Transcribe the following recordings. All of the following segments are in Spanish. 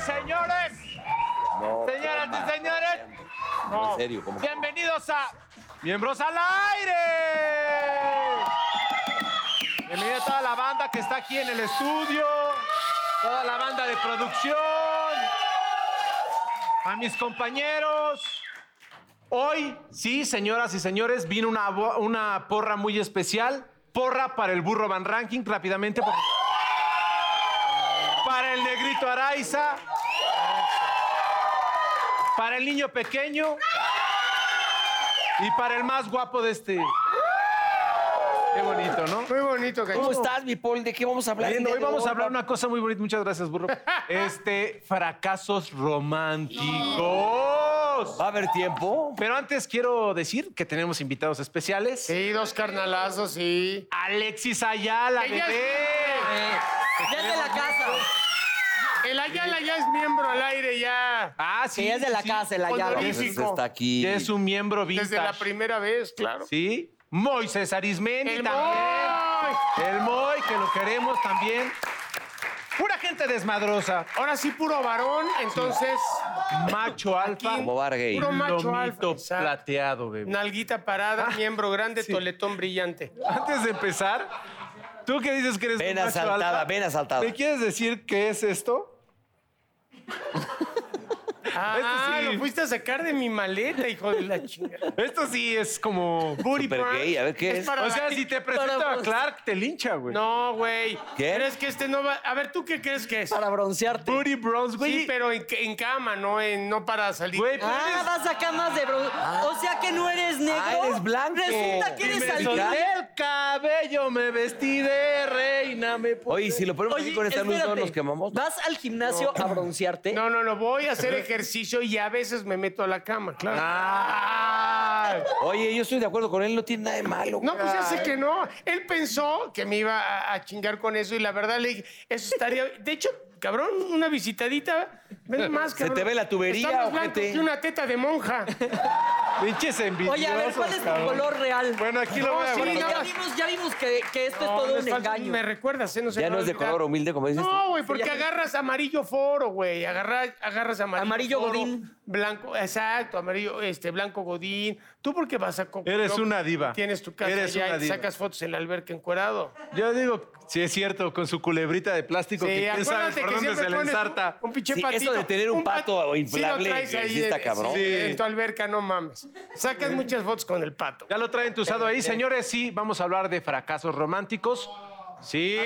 señores. No, Señoras toma. y señores. No, en serio, ¿cómo? Bienvenidos a Miembros al Aire. Bienvenida a toda la banda que está aquí en el estudio. Toda la banda de producción. A mis compañeros. Hoy, sí, señoras y señores, vino una, bo- una porra muy especial. Porra para el Burro Van Ranking, rápidamente. por- Para el Negrito Araiza. Para el niño pequeño. Y para el más guapo de este. Qué bonito, ¿no? Muy bonito, ¿Cómo cachorro. estás, mi Paul? ¿De qué vamos a hablar? Bien, el día hoy de vamos a hablar una cosa muy bonita. Muchas gracias, burro. Este, fracasos románticos. ¿Va a haber tiempo? Pero antes quiero decir que tenemos invitados especiales. Sí, dos carnalazos, sí. Alexis Ayala, Que ya bebé. Ya es de la casa. El Ayala ya es miembro al aire, ya. Ah, Sí, es de la casa, el Ayala. Honorífico. Entonces Pues está aquí. Que es un miembro vintage. Desde la primera vez, claro. Sí. Moisés Arismendi El también. Moy. El Moy, que lo queremos también. Pura gente desmadrosa. Ahora sí, puro varón, entonces, Macho alfa. Como bar gay. Puro macho lomito alfa, exacto. plateado, bebé. nalguita parada, miembro grande, sí. toletón brillante. Antes de empezar, tú que dices que eres Ven un macho asaltada, alfa, ven asaltada. ¿Me quieres decir qué es esto? Ah, Este sí. lo fuiste a sacar de mi maleta, hijo de la chingada. Esto sí es como. Booty Super burn. gay, a ver, ¿qué es? para O sea, la- si te presento a Clark, te lincha, güey. No, güey. ¿Qué? Pero es que este no va... A ver, ¿tú qué crees que es? Para broncearte. Booty Bronze, güey. Sí, pero en, en cama, no, en, no para salir. Güey, pero Ah, eres- vas a camas de bronce. O sea que no eres negro. Ah, eres blanco. Resulta que eres Me Pigmento. albino. solté el cabello, me vestí de reina, me puse- Oye, si lo ponemos Oye, aquí con esta luz, no espérate. nos quemamos. ¿Vas al gimnasio a broncearte? No, no, no, voy a hacer ejercicio y a veces me meto a la cama, claro. Ah, Oye, yo estoy de acuerdo con él, no tiene nada de malo. No, pues ya sé que no. Él pensó que me iba a, a chingar con eso y la verdad le dije, eso estaría... De hecho, cabrón, una visitadita, ven más, Se cabrón. te ve la tubería, Está más ojete. blanco que una teta de monja. pinches envidiosos, Oye, a ver, ¿cuál es tu cabrón. color real? Bueno, aquí lo No, voy a sí, Porque no. ya vimos, ya vimos que, que esto es No, todo me un falta- engaño. Me recuerdas, ¿eh? No se Ya me va no a es de olvidar. color humilde, como dices. No, güey, porque Ya. agarras amarillo foro, güey. Agarra- agarras amarillo. Amarillo foro, godín. Blanco, exacto, amarillo, este, blanco godín. ¿Tú por qué vas a co- Eres co- una diva. Tienes tu casa Eres allá una y diva. sacas fotos en la alberca encuerado. Yo digo, si es cierto, con su culebrita de plástico que quién sabe por dónde se le pones ensarta. Un, un pinche Sí, eso patito. de tener un pato pat- inflable, sí lo traes ahí sí está en- cabrón. sí, Sí. En tu alberca, no mames. Sacas muchas fotos con el pato. Ya lo traen usado ahí, señores. Sí, vamos a hablar de fracasos románticos. Sí.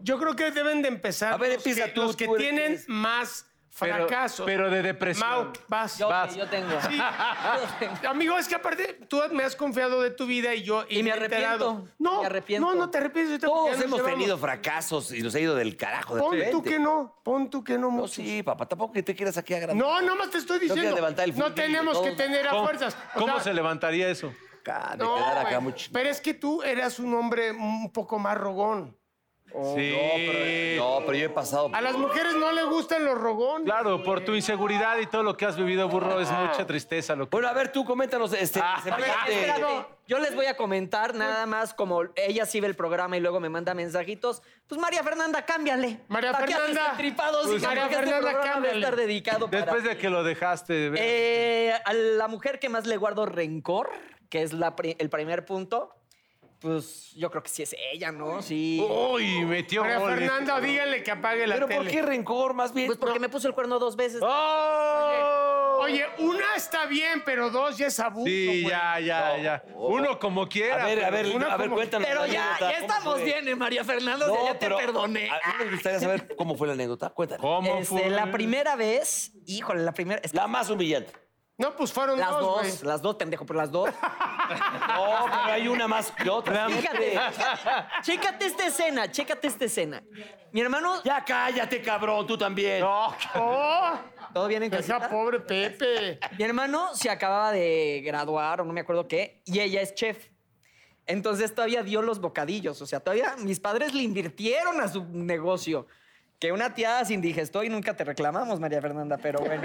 Yo creo que deben de empezar A ver, los que- empieza tú, los que tú eres- tienen más Pero, fracasos. pero de depresión. Mau, vas. Yo, Vas. yo tengo. Amigo, es que aparte tú me has confiado de tu vida y yo. Y me he enterado. arrepiento, No, me arrepiento. no, no te arrepientes. ahorita porque ya Todos nos hemos llevamos. tenido fracasos y nos ha ido del carajo. de Pon tú repente. que no, pon tú que no, No, muchos. sí, papá, tampoco que te quieras aquí agrandar. No, nomás te estoy quiero diciendo. levantar el no fundillo, tenemos que todo. tener a ¿Cómo, fuerzas. O cómo sea, se levantaría eso? Acá, de no, quedar acá güey, muy ch- Pero es que tú eras un hombre un poco más rogón. Oh, sí. No, pero, no, pero yo he pasado. A las mujeres no le gustan los rogones. Claro, por tu inseguridad y todo lo que has vivido, burro, es mucha tristeza lo que. Bueno, a ver, tú coméntanos. Este, Ah, se A ver, peleaste. espérate. Yo les voy a comentar nada más como ella sí ve el programa y luego me manda mensajitos. Pues María Fernanda, cámbiale. María ¿Para qué haces Fernanda? destripados? Pues, hija? María Porque este Fernanda, programa va a estar cámbiale. dedicado para Después de ti. que lo dejaste. ¿verdad? Eh, a la mujer que más le guardo rencor, que es la pri- el primer punto, pues yo creo que sí es ella, ¿no? Sí. Uy, metió María goles. Fernanda, dígale que apague la Pero tele. ¿por qué rencor? Más bien. Pues porque me puso el cuerno dos veces. ¡Oh! Oye, una está bien, pero dos ya es abuso. Sí, güey. ya, ya, ya. Uno como quiera. a ver, a pero- ver, una a ver, como- cuéntanos. Pero la ya, anécdota, ya ¿cómo estamos fue? bien, ¿eh, María Fernanda? No, o sea, ya pero te perdoné. A mí me gustaría saber cómo fue la anécdota. Cuéntanos. ¿Cómo Este, fue? la primera vez, híjole, la primera. es que La más humillante. No, pues fueron las dos, dos, güey. las dos, pendejo, pero las dos. No, pero hay una más que otra. Fíjate, chécate esta escena, chécate esta escena. Mi hermano, Ya cállate, cabrón, tú también. No, oh, ¿todo bien en deja casita? pobre Pepe. Mi hermano se acababa de graduar o no me acuerdo qué, y ella es chef. Entonces todavía dio los bocadillos, o sea, todavía mis padres le invirtieron a su negocio. Que una tía sin digestó y nunca te reclamamos, María Fernanda, pero bueno.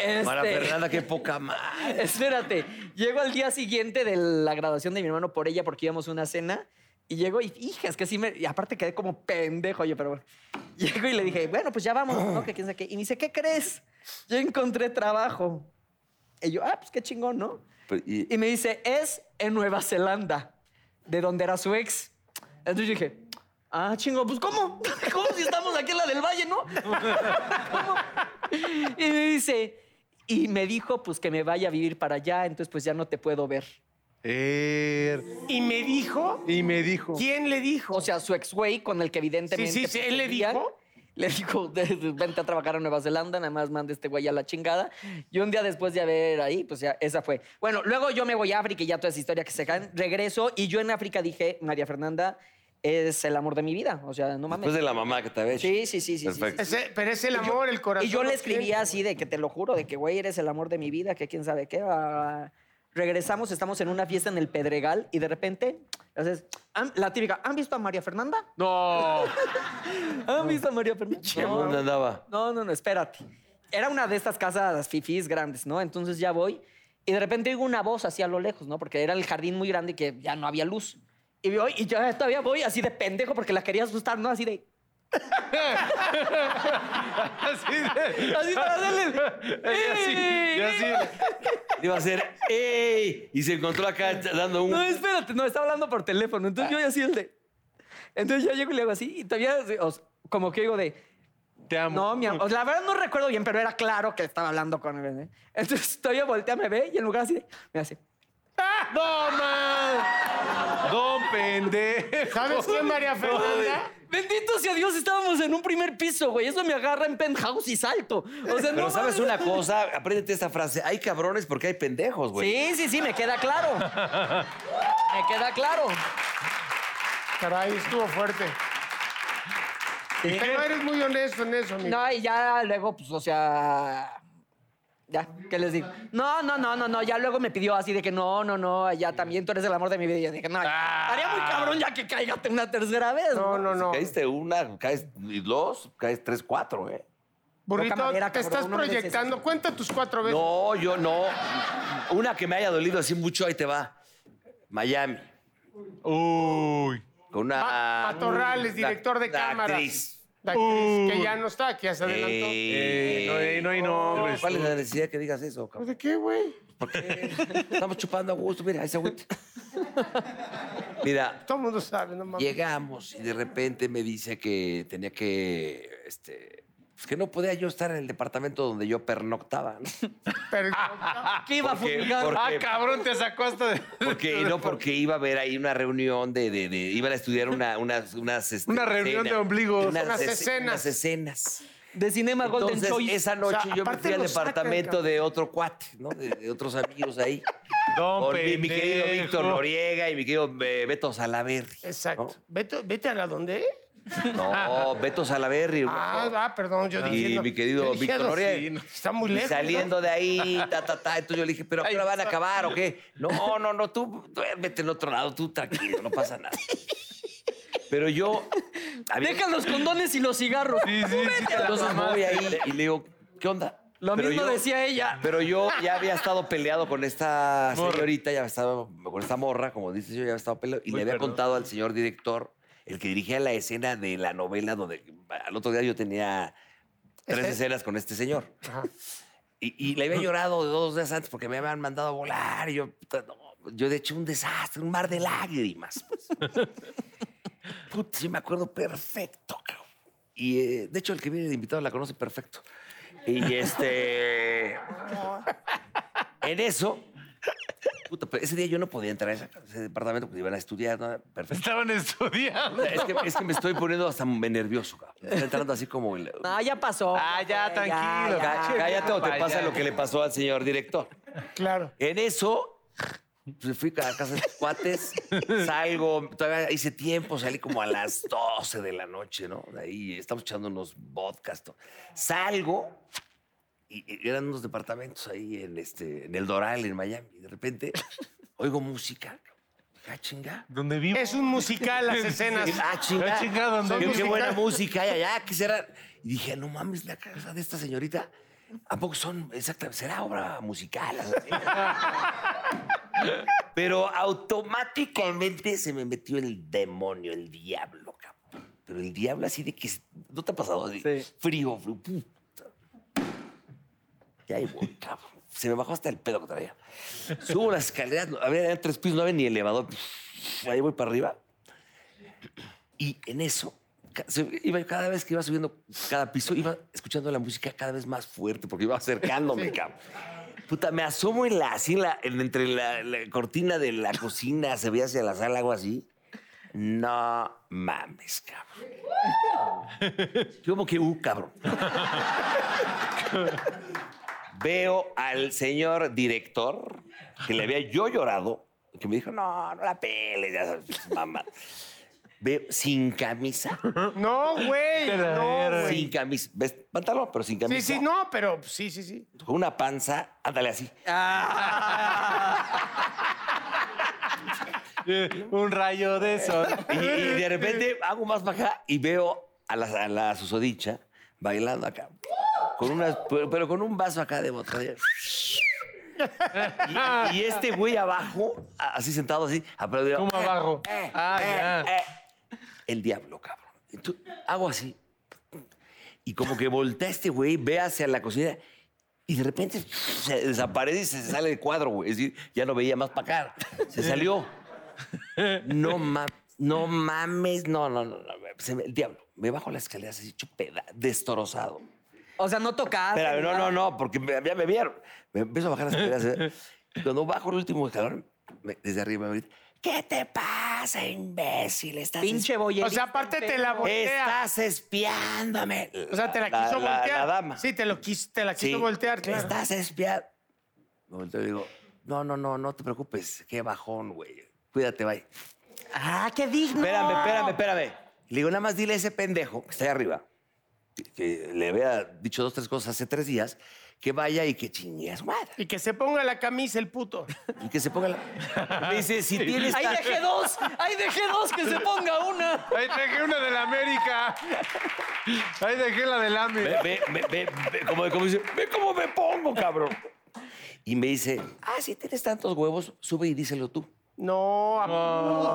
Este, Mara Fernanda, qué poca madre. Espérate, llego al día siguiente de la graduación de mi hermano por ella porque íbamos a una cena y llego y hija, es que sí me... Y aparte quedé como pendejo yo, pero bueno. Llego y le dije, bueno, pues ya vamos, ¿no? Que quién sabe qué. Y me dice, ¿qué crees? Yo encontré trabajo. Y yo, ah, pues qué chingón, ¿no? Pero, y- Y me dice, es en Nueva Zelanda, de donde era su ex. Entonces yo dije, ah, chingo, pues ¿cómo? ¿Cómo si estamos aquí en la del Valle, no? ¿Cómo? Y me dice, y me dijo, pues que me vaya a vivir para allá, entonces pues ya no te puedo ver. Er, Y me dijo, Y me dijo. ¿quién le dijo? O sea, su ex güey, con el que evidentemente. Sí, sí, sí, pues, él le seguían, dijo. Le dijo, "De- de- vente a trabajar a Nueva Zelanda, nada más mande este güey a la chingada. Y un día después de haber ahí, pues ya, esa fue. Bueno, luego yo me voy a África y ya toda esa historia que se caen. Regreso y yo en África dije, María Fernanda es el amor de mi vida. O sea, no mames. Después de la mamá que te había hecho. Sí, sí, sí, sí. sí, Perfecto. Ese- pero es el Y yo- amor, el corazón. y yo lo le que escribía así de que te lo juro, de que güey, eres el amor de mi vida, que quién sabe qué. va, va, va. Regresamos, estamos en una fiesta en el Pedregal y de repente, haces, "¿Han- la típica, ¿han visto a María Fernanda? No. ¿Han visto a María Fernanda? ¿Qué dónde andaba? No, no, no, espérate. Era una de estas casas fifís grandes, ¿no? Entonces ya voy y de repente oigo una voz así a lo lejos, ¿no? Porque era el jardín muy grande y que ya no había luz. Y voy y yo todavía voy así de pendejo porque la quería asustar, ¿no? Así de... Así de- Así para hacerle... Y así, y así. Iba a ser, ¡ey! Y se encontró acá dando un. No, espérate, no, estaba hablando por teléfono. Entonces yo ya así el de. Entonces yo llego y le hago así. Y todavía, o sea, como que digo de. Te amo. No, mi amor. La verdad no recuerdo bien, pero era claro que estaba hablando con él. ¿eh? Entonces todavía voltea, me ve y en lugar así de. Me hace. No, man. Don pendejo. ¿Sabes quién, María Fernanda? Bendito sea Dios, estábamos en un primer piso, güey. Eso me agarra en penthouse y salto. O sea, Pero no sabes mames. una cosa, apréndete esta frase. Hay cabrones porque hay pendejos, güey. Sí, sí, sí, me queda claro. Me queda claro. Caray, estuvo fuerte. Pero eres muy honesto en eso, amigo. No, y ya luego, pues, o sea. Ya, ¿qué les digo? No, no, no, no, no. Ya luego me pidió así de que no, no, no, ya también tú eres el amor de mi vida. Y yo dije, no, Ah. estaría muy cabrón ya que cáigate una tercera vez. No, no, No, no. Caíste una, caes dos, caes tres, cuatro, ¿eh? Burrito, Poca madera, te cabrón, estás no mereces proyectando. Cuenta tus cuatro veces. No, yo no. Una que me haya dolido así mucho, ahí te va. Miami. Uy. Con una. Pa- Patorrales, una- director de una cámara. Actriz. La actriz que Uy. ya no está, que ya se adelantó. Eh, no, eh, no hay nombres. ¿Cuál es la necesidad que digas eso, ¿Pero cabrón? ¿De qué, güey? Estamos chupando a gusto, mira, esa agüita. Mira, Todo el mundo sabe, no mames. llegamos y de repente me dice que tenía que. Este, pues que no podía yo estar en el departamento donde yo pernoctaba, ¿no? Pero- Ah, ¿Qué iba a Porque- fumigar? porque- Ah, cabrón, te sacó hasta de. Porque, no, porque iba a haber ahí una reunión de. de, de- iban a estudiar una, unas. unas este, Una reunión de ombligos. Unas esc- escenas. Unas escenas. De Cinema Golden Entonces, Choice. esa noche O sea, yo me aparte fui al lo sacan, departamento cabrón. de otro cuate, ¿no? De, de otros amigos ahí. Don Con mi, mi querido pendejo. Víctor Noriega y mi querido eh, Beto Salaverri. Exacto. Vete, vete a la donde. No, Beto Salaverri. Ah, ¿no? ah, perdón, yo Y dije. no. mi querido Yo dije, Víctor no, Noriega. sí, no, Está muy Y lejos. ¿no? saliendo de ahí, ta, ta, ta. Entonces yo le dije, ¿pero a qué hora van a acabar o qué? No, no, no, tú duérmete en otro lado, tú tranquilo, no pasa nada. Pero yo. había- Deja los condones y los cigarros. Sí, sí, sí. te la Entonces mamaste. voy ahí y le digo, ¿qué onda? Lo Pero mismo yo- decía ella. Pero yo ya había estado peleado con esta Morra. señorita, ya había estado con esta morra, como dices yo, ya había estado peleado. Y Uy, le había perdón. contado al señor director, el que dirigía la escena de la novela, donde al otro día yo tenía tres Este- escenas con este señor. Ajá. Y, y le había llorado dos días antes porque me habían mandado a volar. Y yo, puta, no, yo de hecho, un desastre, un mar de lágrimas. pues. Puta, sí me acuerdo perfecto, cabrón. Y eh, de hecho, el que viene de invitado la conoce perfecto. Y este. en eso. Puta, pero ese día yo no podía entrar a ese, a ese departamento porque iban a estudiar. ¿no? Perfecto. Estaban estudiando. Es que, es que me estoy poniendo hasta me nervioso, cabrón. Me Está entrando así como. el- No, ya pasó. Ah, ya, güey, tranquilo, ya. cacho. Cállate o te Vaya. pasa lo que le pasó al señor director. Claro. En eso, pues, fui a casa de mis cuates, salgo, todavía hice tiempo, salí como a las 12 de la noche, ¿no? De ahí estamos echando unos vodkas. to- Salgo y y eran unos departamentos ahí en, este, en el Doral, en Miami. Y de repente oigo música. Ah, chinga. ¿Dónde vivo? Es un musical las escenas. Ah, chinga. Ah, chinga, ¿dónde Qué- Qué vivo? buena música hay allá, que será. Y dije, no mames, la casa de esta señorita. ¿A poco son exactamente? ¿Será obra musical? Pero automáticamente se me metió el demonio, el diablo, cabrón. Pero el diablo así de que... es- ¿No te ha pasado? Así, Sí. Frío, frío, puta. Ya ahí voy, cabrón. Se me bajó hasta el pedo que traía. Subo las escaleras. no- A ver, eran tres pisos, no había ni elevador. Ahí voy para arriba. Y en eso, ca- se- iba, cada vez que iba subiendo cada piso, iba escuchando la música cada vez más fuerte porque iba acercándome, cabrón. Puta, me asomo en la, así, en la, en- entre la, la cortina de la cocina, se veía hacia la sala, algo así. No mames, cabrón. Yo como que, uh, cabrón. Veo al señor director que le había yo llorado, que me dijo, no, no la peles, ya sabes, mamá. Veo sin camisa, No, güey. Te la No, verga. sin güey. camisa, ¿ves? Pantalón, pero sin camisa. Sí, sí, no, pero sí, sí, sí. Con una panza, ándale así. Eh, Un rayo de sol. Y, y de repente hago más para acá y veo a la, a la susodicha bailando acá. Con unas, pero, pero con un vaso acá de botella. Y, y este güey abajo, a- así sentado así, aplaudió. Eh, ¿Cómo abajo? Ah, ya. El diablo, cabrón. Entonces, hago así. Y como que voltea este güey, ve hacia la cocina y de repente se desaparece y se sale del cuadro, güey. Es decir, ya no veía más para acá. Se salió. No, ma- no mames, no, no, no. no. Se me- el diablo. Me bajo las escaleras así, chupeda, destorozado. O sea, no tocaste. Espera, no, nada. no, no, porque me- ya me vieron. Me empiezo a bajar las escaleras. ¿eh? Cuando bajo el último escalón, me- desde arriba me grita, ¿qué te pasa, imbécil? Estás Pinche boyerista. O sea, aparte te la enfermo. voltea. Estás espiándome. O sea, te la quiso voltear. La, dama. Sí, te, lo quis- te la quiso Sí. voltear. Me claro. Estás espiando. Me volteo y digo, no, no, no, no te preocupes. Qué bajón, güey. Cuídate, bye. Ah, qué digno. Espérame, espérame, espérame. Le digo, nada más dile a ese pendejo que está ahí arriba, que- que le había dicho dos, tres cosas hace tres días, que vaya y que chingue su madre. Y que se ponga la camisa el puto. Y que se ponga la... Me dice, si tienes... Ahí tan- dejé dos. Ahí dejé dos. Que se ponga una. Ahí dejé una de la América. Ahí dejé la del AMI. Ve, ve, ve, ve, ve, como, como dice, ve cómo me pongo, cabrón. Y me dice, ah, si tienes tantos huevos, sube y díselo tú. No, a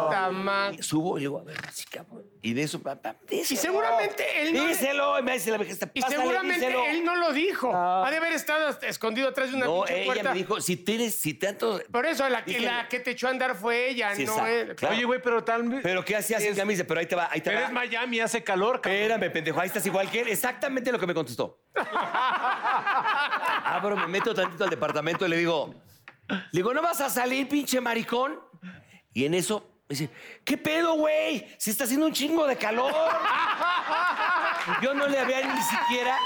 puta madre. Y subo y digo, a ver, así, cabrón. Y de eso, papá, Ah. díselo. Y seguramente él no le- Díselo. Y me dice la vieja, Y "Pásale, seguramente díselo". él no lo dijo. Ha de haber estado hasta escondido atrás de una No, pinche ella puerta. me dijo, si tienes, si tantos... Por eso, la que, Díselo. la que te echó a andar fue ella, Sí, no exacto, él. claro. Oye, güey, pero tal vez. Pero ¿qué hacías sin camisa? Pero ahí te va, ahí te Pero va. es Miami, hace calor, cabrón. Espérame, pendejo, ahí estás igual que él. Exactamente lo que me contestó. Abro, me meto tantito al departamento y le digo, le digo, ¿no vas a salir, pinche maricón? Y en eso me dice, ¿qué pedo, güey? Se está haciendo un chingo de calor. Yo no le había ni siquiera,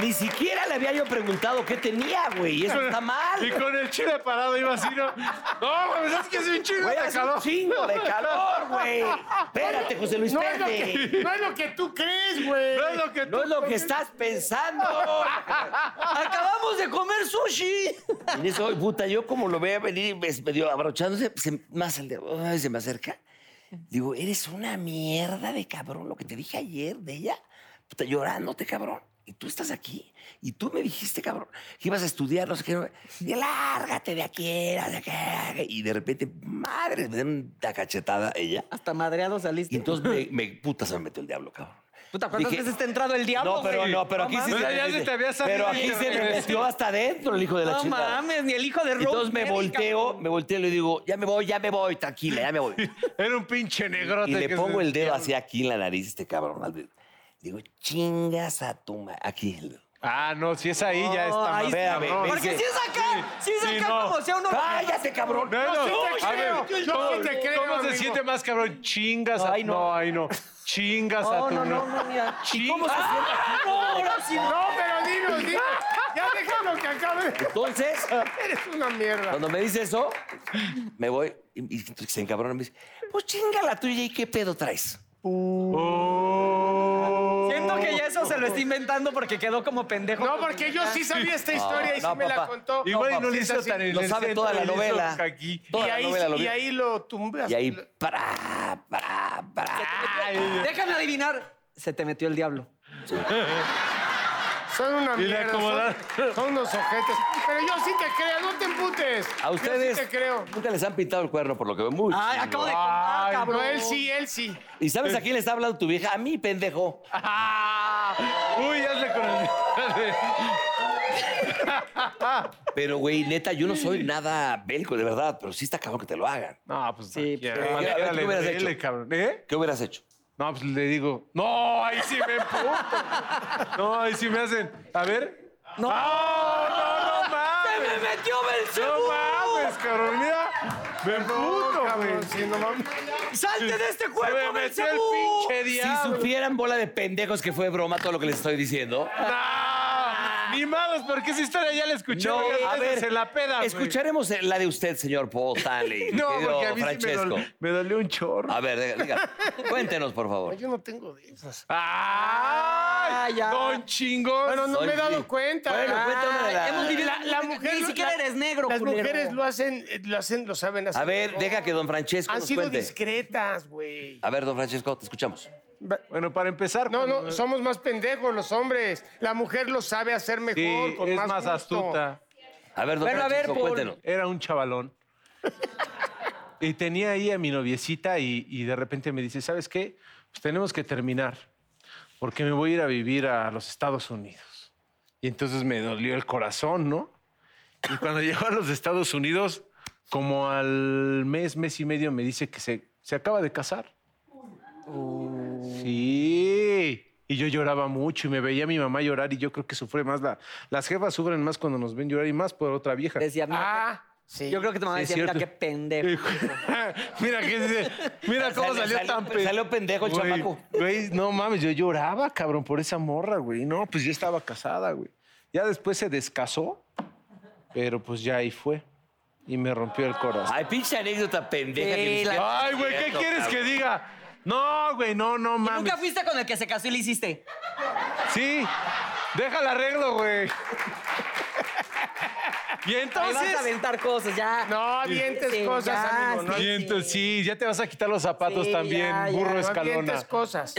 ni siquiera le había yo preguntado qué tenía, güey. y Eso está mal. Y con el chile parado iba así, ¿no? No, güey, es que es un chingo Güey, de hace un calor. chingo de calor, güey. Espérate, José Luis, No es, lo espérate. que, no es lo que tú crees, güey. No es lo que tú. No es lo que estás pensando. Acabamos de comer sushi. En eso, puta, yo como lo veía venir me- medio abrochándose, se, más el de- ay, se me acerca. Digo, eres una mierda de cabrón, lo que te dije ayer de ella. Puta, llorándote, cabrón. Y tú estás aquí. Y tú me dijiste, cabrón, que ibas a estudiar, no sé qué. no- Y lárgate de aquí, no sé qué. Y de repente, madre, me dan una cachetada ella. Hasta madreado Y saliste. entonces me, me- puta, se me metió el diablo, cabrón. Puta, ¿cuántas Dije, veces te ha entrado el diablo, No, pero, güey? no, pero aquí sí mames. mames. Ya se, se te había salido pero y aquí te se me regresó. metió hasta adentro el hijo de la No chingada. mames, ni el hijo de Rose. Entonces me Mary, volteo, cabrón. me volteo y le digo, ya me voy, ya me voy, tranquila, ya me voy. Era un pinche negrote. Y le que pongo se- el dedo así aquí en la nariz este cabrón. al dedo. Digo, chingas a tu ma-". Aquí el dedo. Ah, no, si es ahí ya está. ahí más está. cabrón. Espérame, Porque dice- si es acá, si es sí, acá no. como sea uno... Ah, ¡Cállate, cabrón! No, no, yo sí te a creo, ver, yo ¿cómo, sí te creo, ¿Cómo se amigo. siente más, cabrón? Chingas a... Ay, no. No, ahí no. Chingas a No, tu... no, no, no, mira. ¿Y Chingas. cómo se siente? Ah, No, ahora sí no. No, pero dilo, dilo. Ya déjalo que acabe. Entonces, Eres una mierda. cuando me dice eso, me voy y, y se encabrona y me dice, pues chinga la tuya y qué pedo traes. Siento que ya eso se lo está inventando porque quedó como pendejo. No, porque yo sí sabía esta historia y sí no, me la papá. contó. Igual y no papá, le es hizo así. tan en Lo el sabe centro, toda la le hizo novela. aquí. Toda y, la ahí, novela lo y vi. ahí lo tumbas. Y ahí, para, para, para. Déjame adivinar. Se te metió el diablo. Son una Y le mierda. Son, acomodaron. son unos ojetes. Pero yo sí te creo, no te emputes. A ustedes Yo sí te creo. nunca les han pintado el cuerno, por lo que veo. Muy Ay, chido. acabo de "Ah, contar, Ay, cabrón. no, él sí, él sí. ¿Y sabes a Eh. quién le está hablando tu vieja? A mí, pendejo. Uy, hazle con el... Pero, güey, neta, yo no soy nada belco, de verdad, pero sí está cabrón que te lo hagan. No, pues Sí, cualquiera. pero- Cualquiera A ver, ¿qué le hubieras duele, hecho? cabrón. ¿Eh? ¿Qué hubieras hecho? No, pues le digo, no, ahí sí me emputo. No, ahí sí me hacen. A ver. No. ¡Ah, no, no mames! ¡Me metió Belcebú! ¡No mames, cabrón! Mira, me emputo, güey. Cabrón, sí, no mames. ¡Salte de este cuerpo, Se me metió el Belcebú! pinche Si diablo. supieran bola de pendejos que fue broma todo lo que les estoy diciendo. ¡No! Ni mames, porque esa historia ya la escuché No, varias a veces ver, en la peda, güey. escucharemos la de usted, señor Paul Stanley. No, querido porque a mí sí me, Francesco. dol- me dolió un chorro. A ver, diga- diga, cuéntenos, por favor. Yo no tengo de esas. ¡Ah! ya. ¡Don chingón! Bueno, no Soy me he dado bi. cuenta. Bueno, Ah, cuéntame de la- hemos vivido- la, la mujer Ni lo- siquiera la- eres negro, Las culero. mujeres lo hacen, eh, lo hacen, lo saben hacer. A ver, deja que don Francesco Han nos sido cuente. discretas, güey. A ver, don Francesco, te escuchamos. Va- Bueno, para empezar... pues, No, cuando- no, somos más pendejos los hombres. La mujer lo sabe hacer mejor, Sí, con es más, más gusto. astuta. A ver, don Bueno, a ver, Francesco, Paul. cuéntenos. Era un chavalón. y tenía ahí a mi noviecita y, y de repente me dice, ¿sabes qué? Pues tenemos que terminar porque me voy a ir a vivir a los Estados Unidos. Y entonces me dolió el corazón, ¿no? Y cuando llegó a los Estados Unidos, como al mes, mes y medio, me dice que se, se acaba de casar. Oh. Sí. Y yo lloraba mucho y me veía a mi mamá llorar y yo creo que sufre más. la- las jefas sufren más cuando nos ven llorar y más por otra vieja. Decía, mira, Ah, sí. yo creo que tu mamá Sí, es decía, mira, qué cierto. pendejo. mira que dice, mira cómo Salió- salió, salió- tan pe- salió pendejo el Güey, chamaco. Güey, no mames, yo lloraba, cabrón, por esa morra, güey. No, pues yo estaba casada, güey. Ya después se descasó, pero pues ya ahí fue. Y me rompió el corazón. Ay, pinche anécdota pendeja que Sí, ni la- siquiera- Ay, güey, ¿qué Cierto, quieres que cabrón. diga? No, güey, no, no ¿Y mames. nunca fuiste con el que se casó y le hiciste? Sí, deja el arreglo, güey. Y Ahí vas a entonces. aventar cosas, ya. No avientes Sí, cosas, ya, amigo. No, sí. Y entonces, sí, ya te vas a quitar los zapatos Sí, también, ya, ya. burro no escalona. avientes cosas.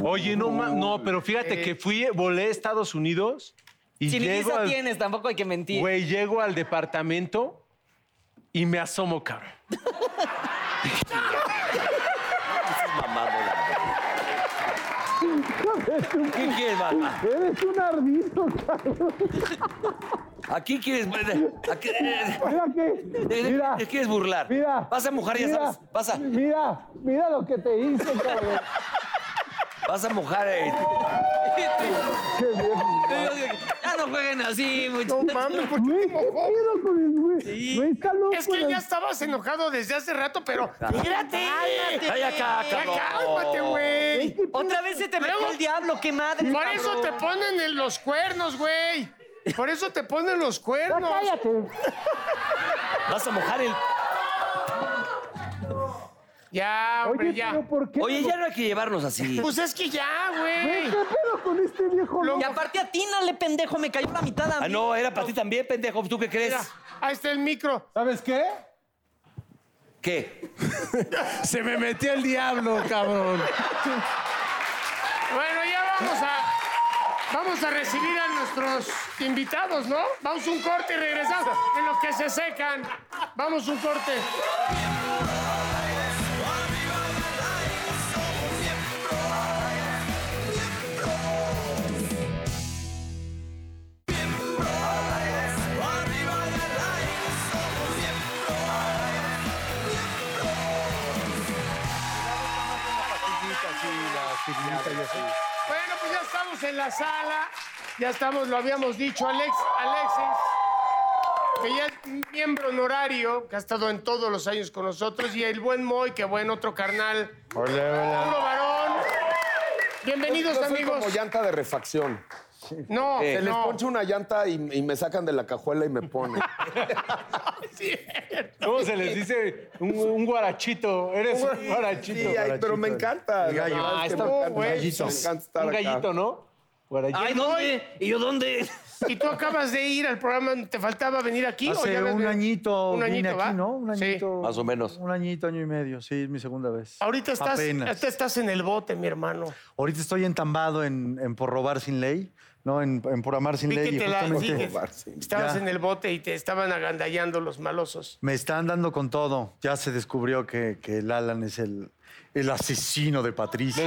Oye, no, ma- no, pero fíjate eh. que fui, volé a Estados Unidos y Si ni llego visa al, tienes, tampoco hay que mentir. güey, llego al departamento y me asomo, cabrón. Mamá, no. ¿Quién quieres, mamá? Eres un ardito, cabrón. ¿A quién quieres? ¿A qué? ¿Te- te- Mira. te quieres burlar? Mira. Vas a mojar, eh, ya mira, sabes. Vas a, Mira, mira lo que te hice, cabrón. vas a mojar. eh. Ya no jueguen así, muchachos. No mames, ¿por qué Güey, te ¿qué mojó? pedo con el güey? Güey, está loco. Es que la- ya estabas enojado desde hace rato, pero Ah. mírate. Ay, acá, Ya cabrón. cálmate, güey. ¿Qué pedo? Otra vez se te metió Luego- el diablo, qué madre. Por eso te cabrón. ponen en los cuernos, güey. Por eso te ponen los Ya cuernos. cállate. Vas a mojar el. Ya, hombre, Oye, ya. pero ¿por qué? Oye, ya no hay que llevarnos así. Pues es que ya, Güey, güey. ¿Qué pedo con este viejo Lo- loco? Y aparte atínale, pendejo, me cayó la mitad a mí. Ah, no, era para ti también, pendejo. ¿Tú qué crees? Mira, ahí está el micro. ¿Sabes qué? ¿Qué? Se me metió el diablo, cabrón. Bueno, ya vamos a. Vamos a recibir a nuestros invitados, ¿no? Vamos un corte y regresamos. En los que se secan. Vamos un corte. Bueno, pues ya estamos en la sala. Ya estamos, lo habíamos dicho, Alex, Alexis, que ya es miembro honorario, que ha estado en todos los años con nosotros, y el buen Moy, que buen otro carnal. Hola, hola. varón. Bienvenidos, Pues, Yo soy amigos. como llanta de refacción. No, Eh, Se les no. poncho una llanta y, y me sacan de la cajuela y me ponen. ¿Cómo se les dice? Un, un guarachito. Eres un guarachito. Sí, ay, pero me encanta. la verdad Ah, es que está me encanta. güey. Me encanta estar Un acá. gallito, ¿no? Guarachito. Ay, ¿dónde? ¿Y yo dónde? Y tú acabas de ir al programa, ¿te faltaba venir aquí? o ya Hace habías un venido? añito, Un vine añito, aquí, ¿va? ¿no? Un Sí. añito. Más o menos. Un añito, año y medio, sí, es mi segunda vez. Ahorita estás, este Apenas. ahorita estás en el bote, mi hermano. Ahorita estoy entambado en, en Por Robar Sin Ley, No, en, en Por Amar Sin Vi que Ley. te la- sí, justamente. que estabas Ya. en el bote y te estaban agandallando los malosos. Me están dando con todo. Ya se descubrió que, que el Alan es el, el asesino de Patricia.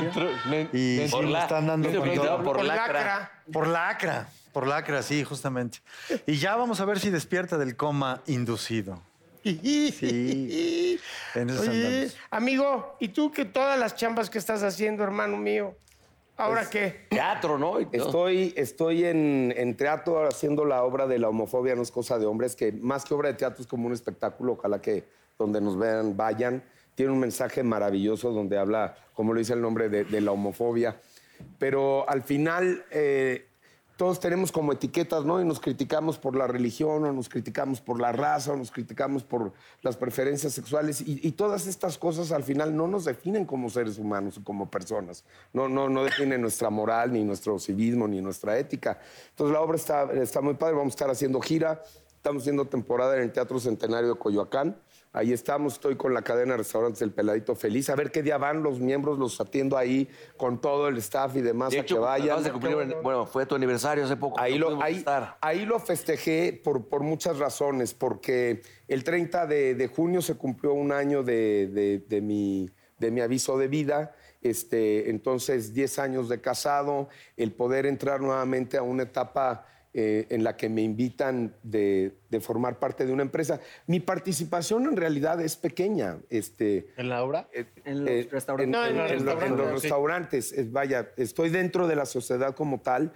Y sí, Por me la- están dando Dice con Felipe, todo. por Con lacra. Por lacra. Por lacra, sí, justamente. Y ya vamos a ver si despierta del coma inducido. Sí. En eso Oye, andamos. amigo, ¿y tú que todas las chambas que estás haciendo, hermano mío? ¿Ahora Pues, qué? Teatro, ¿no? Y todo. Estoy, estoy en, en teatro haciendo la obra de la homofobia no es cosa de hombres, que más que obra de teatro es como un espectáculo, ojalá que donde nos vean, vayan. Tiene un mensaje maravilloso donde habla, como lo dice el nombre, de, de la homofobia. Pero al final eh, todos tenemos como etiquetas, ¿no? Y nos criticamos por la religión, o nos criticamos por la raza, o nos criticamos por las preferencias sexuales. Y, y todas estas cosas al final no nos definen como seres humanos o como personas. No, no, no definen nuestra moral, ni nuestro civismo, ni nuestra ética. Entonces la obra está, está muy padre. Vamos a estar haciendo gira. Estamos haciendo temporada en el Teatro Centenario de Coyoacán. Ahí estamos, estoy con la cadena de restaurantes El Peladito Feliz. A ver qué día van los miembros, los atiendo ahí con todo el staff y demás De a hecho, que vayan. acabas de cumplir- bueno, fue tu aniversario hace poco. Ahí no lo, pudimos ahí, estar. ahí lo festejé por, por muchas razones, porque el 30 de, de junio se cumplió un año de, de- de mi, de mi aviso de vida, este, entonces 10 años de casado, el poder entrar nuevamente a una etapa eh, en la que me invitan de, de formar parte de una empresa. Mi participación en realidad es pequeña. Este, ¿En la obra? eh, En los eh, restaurantes. No, en los en lo- en restaurantes, los sí. restaurantes. Eh, Vaya, estoy dentro de la sociedad como tal,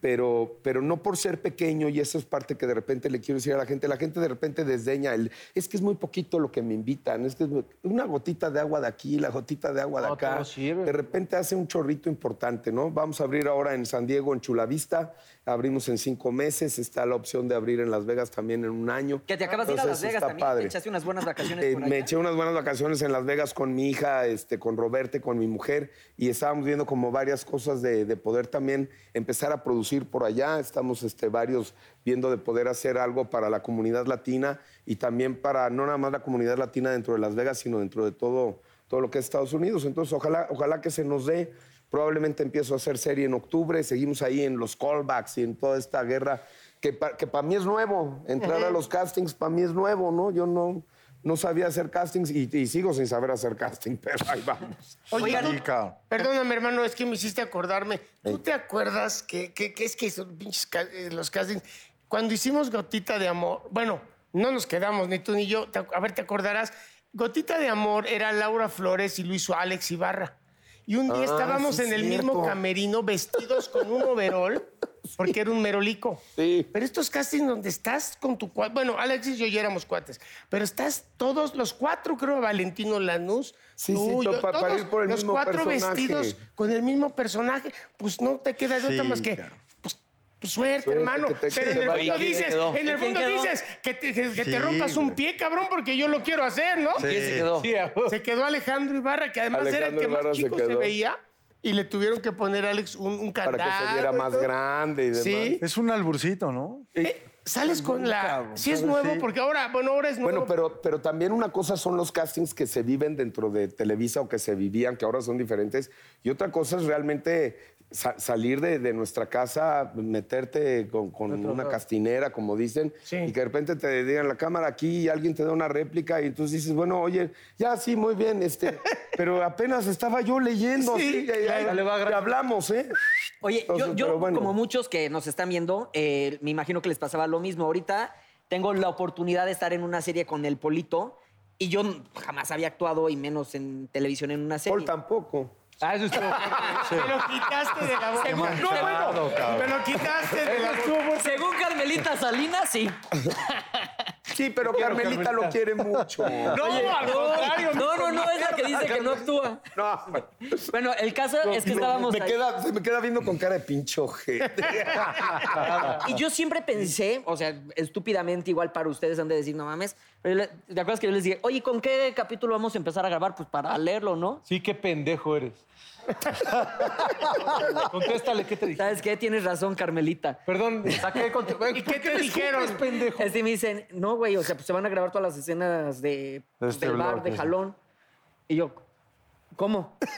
pero, pero no por ser pequeño, y eso es parte que de repente le quiero decir a la gente. La gente de repente desdeña el, es que es muy poquito lo que me invitan, es que es muy- una gotita de agua de aquí, la gotita de agua de No, acá. todo sirve. De repente hace un chorrito importante, ¿no? Vamos a abrir ahora en San Diego, en Chulavista. Abrimos en cinco meses, está la opción de abrir en Las Vegas también en un año. Que te acabas de ir a Las Entonces, Vegas está también. padre. Te echaste unas buenas vacaciones Eh, por me allá. eché unas buenas vacaciones en Las Vegas con mi hija, este, con Roberta, y con mi mujer, y estábamos viendo como varias cosas de, de poder también empezar a producir por allá. Estamos este, varios viendo de poder hacer algo para la comunidad latina y también para no nada más la comunidad latina dentro de Las Vegas, sino dentro de todo, todo lo que es Estados Unidos. Entonces, ojalá, ojalá que se nos dé. Probablemente empiezo a hacer serie en octubre, seguimos ahí en los callbacks y en toda esta guerra que para mí es nuevo, entrar a los castings para mí es nuevo, ¿no? Yo no, no sabía hacer castings y, y sigo sin saber hacer casting, pero ahí vamos. Oye, tú- Sí, cabrón. Perdóname, hermano, es que me hiciste acordarme. ¿Tú te acuerdas que, que- que es que son pinches ca- eh, los castings? Cuando hicimos Gotita de Amor, bueno, no nos quedamos ni tú ni yo. te ac- a ver, te acordarás. Gotita de Amor era Laura Flores y lo hizo Alex Ibarra. Y un día Ah, estábamos sí, en el cierto. mismo camerino vestidos con un overol, porque era un merolico. Sí. Pero estos castings donde estás con tu cuate, bueno, Alex y yo ya éramos cuates, pero estás todos los cuatro, creo, Valentino Lanús, Sí, tú, sí, yo, to- pa- para todos ir por el los mismo cuatro personaje. vestidos con el mismo personaje, pues no te queda de otra Sí, más que claro. pues, pues, suerte, Suerte, hermano. que te- Pero que en te el vaya fondo bien, dices, quedó. en ¿Y el quién fondo quedó? dices que te, que- que te Sí, rompas un güey. pie, cabrón, porque yo lo quiero hacer, ¿no? ¿Quién se Sí. quedó? Se quedó Alejandro Ibarra, que además era el Alejandro que más Ibarra se chico se, quedó. veía, y le tuvieron que poner a Alex un, un Para candado. que se viera y más todo. grande y demás. Sí. Es un alburcito, ¿no? Eh, Sales con la... Si es nuevo, porque ahora, bueno, ahora es nuevo. Bueno, pero, pero también una cosa son los castings que se viven dentro de Televisa o que se vivían, que ahora son diferentes, y otra cosa es realmente sa- salir de, de nuestra casa, meterte con, con una castinera, como dicen, Sí. y que de repente te digan la cámara aquí y alguien te da una réplica y entonces dices, bueno, oye, ya sí, muy bien, este, pero apenas estaba yo leyendo, Sí, sí, ya, ya- claro. ya hablamos, ¿eh? Oye, yo- Entonces, yo, pero bueno. como muchos que nos están viendo, eh, me imagino que les pasaba lo mismo. Ahorita tengo la oportunidad de estar en una serie con el Polito y yo jamás había actuado y menos en televisión en una Paul serie. tampoco. Ah, eso estuvo. Me lo quitaste de la boca. Qué No, bueno, me lo quitaste de la boca. Según Carmelita Salinas, sí. Sí, pero Carmelita lo quiere No, mucho. al contrario. No, no, no, es la que dice que no actúa. No, Bueno, el caso es que Me- estábamos me ahí. queda, se me queda viendo con cara de pincho ojete. Y yo siempre pensé, o sea, estúpidamente, igual para ustedes han de decir, no mames, pero yo le- ¿te acuerdas que yo les dije, oye, ¿con qué capítulo vamos a empezar a grabar? Pues para leerlo, ¿no? Sí, qué pendejo eres. Contéstale, ¿qué te dije? ¿Sabes qué? Tienes razón, Carmelita. Perdón, saqué el conte- ¿Y ¿Por qué te me dijeron? escupes, este pendejo? Así me dicen, no, güey, o sea, pues se van a grabar todas las escenas de, De este del bar, bloque. de jalón. Y yo, ¿cómo?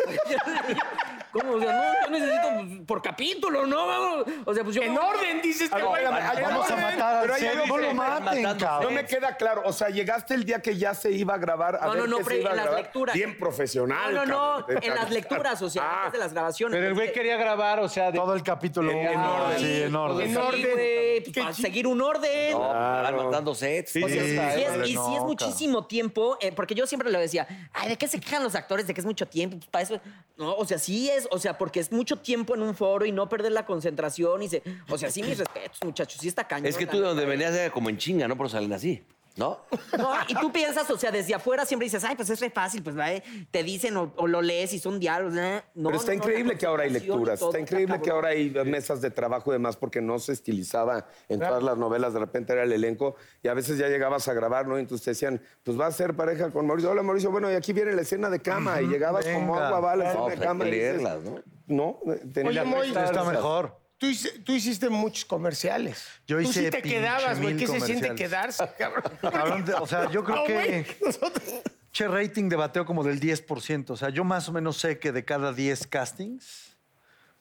¿Cómo? O sea, no, yo necesito pues, por capítulo, ¿no? Vamos. O sea, pues yo. En orden, dices que voy a espérame, matar. Vamos a Pero matar al ahí cerdo. No dice- lo maten, matándose. No cabrón. me queda claro. O sea, llegaste el día que ya se iba a grabar. A No, ver no, no, qué se pero iba a en las grabar. lecturas. Bien profesional. No, no, no, cabrón. en las lecturas, o sea, antes de las grabaciones. Pero el güey quería grabar, o sea, de- Todo el capítulo. En- en uno. orden. Sí, en orden. Sí, En orden. güey, pues, para seguir un orden. No, van Claro. pues, matando sets. Sí, O sea, sí, y, es, vale, y sí no, es cabrón. muchísimo tiempo, eh, porque yo siempre le decía, ay, ¿de qué se quejan los actores? ¿De que es mucho tiempo? Pues para eso, no, o sea, sí es, o sea, porque es mucho tiempo en un foro y no perder la concentración y se, o sea, sí mis respetos, muchachos, sí está cañón. Es que tú de donde venías era como en chinga, ¿no? Por eso salen así, ¿no? No, y tú piensas, o sea, desde afuera siempre dices, ay, pues es re fácil, pues va, eh, te dicen o, o lo lees y son diálogos. eh. No, no, Pero está no, la increíble que ahora hay concentración y lecturas, todo, está increíble que cabrón. ahora hay mesas de trabajo y demás, porque no se estilizaba en todas las novelas, de repente era el elenco, y a veces ya llegabas a grabar, ¿no? Y entonces te decían, pues va a ser pareja con Mauricio, hola Mauricio, bueno, y aquí viene la escena de cama, y llegabas como venga. agua, va a la escena No, de pues hay cama. que y dices, leerlas, ¿no? No, tenía Oye, Moy, que Está, estar- mejor. Tú, hice- tú hiciste muchos comerciales. Yo tú sí hice te pinche quedabas, güey. mil ¿Qué se siente comerciales. quedarse, cabrón? Cabrón, de- o sea, yo creo No, que. güey, nosotros- Che, rating de bateo como del 10%. O sea, yo más o menos sé que de cada 10 castings,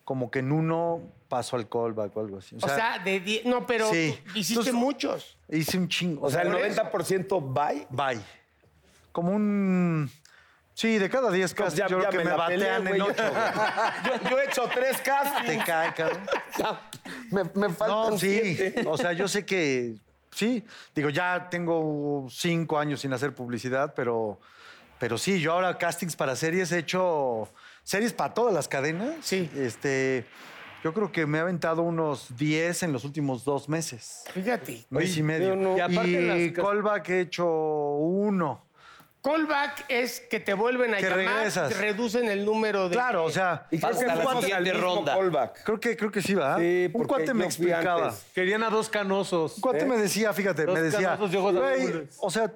como que en uno paso al callback o algo así. O O sea, sea, de diez- No, pero Sí. tú hiciste Entonces- muchos. hice un chingo. O sea, el 90% bye. Bye. Como un. Sí, de cada 10 Pues castings, yo creo que me, la peleé, batean güey. en 8. Yo, yo he hecho tres Te castings. cae, cabrón. Me, me faltan No, sí. siete. O sea, yo sé que. Sí. Digo, ya tengo cinco años sin hacer publicidad, pero. Pero sí, yo ahora castings para series he hecho. Series para todas las cadenas. Sí. Este. Yo creo que me he aventado unos 10 en los últimos dos meses. Fíjate. Mes y medio. yo no- Y, Y aparte las cas- callback he hecho uno. Callback es que te vuelven a Que llamar, regresas. te reducen el número de. Claro, o sea. Y creo que Hasta la fuimos al siguiente mismo ronda. callback. Creo que, creo que sí, ¿verdad? Sí, un porque cuate me yo fui explicaba. antes. querían a dos canosos. Un cuate me decía, fíjate, ¿eh? Los me decía, canosos de ojos "Güey, azules". o sea,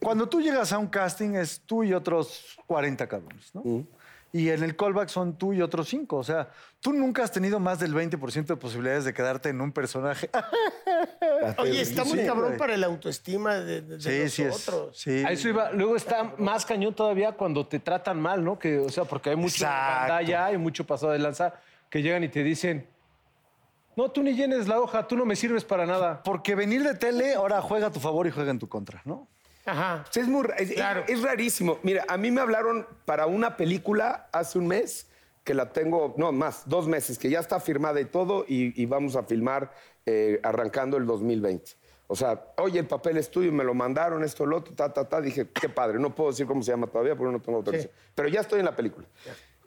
cuando tú llegas a un casting es tú y otros 40 cabrones, ¿no? Mm. Y en el callback son tú y otros 5. O sea, tú nunca has tenido más del 20% de posibilidades de quedarte en un personaje. Oye, está muy eh, Sí, cabrón güey. para la autoestima de, de- de sí, sí es. nosotros. Sí. A eso iba. Luego está más cañón todavía cuando te tratan mal, ¿no? Que, o sea, porque hay mucha Exacto. pantalla, hay mucho pasado de lanza, que llegan y te dicen, no, tú ni llenes la hoja, tú no me sirves para nada. Porque venir de tele ahora juega a tu favor y juega en tu contra, ¿no? Ajá. Sí, es, muy, ra- es, Claro. es rarísimo. Mira, a mí me hablaron para una película hace un mes que la tengo, no, más, dos meses, que ya está firmada y todo, y, y vamos a filmar eh, arrancando el 2020. O sea, oye, el papel es tuyo, me lo mandaron, esto, lo otro, ta, ta, ta. Dije, qué padre, no puedo decir cómo se llama todavía porque no tengo autorización. Pero ya estoy en la película.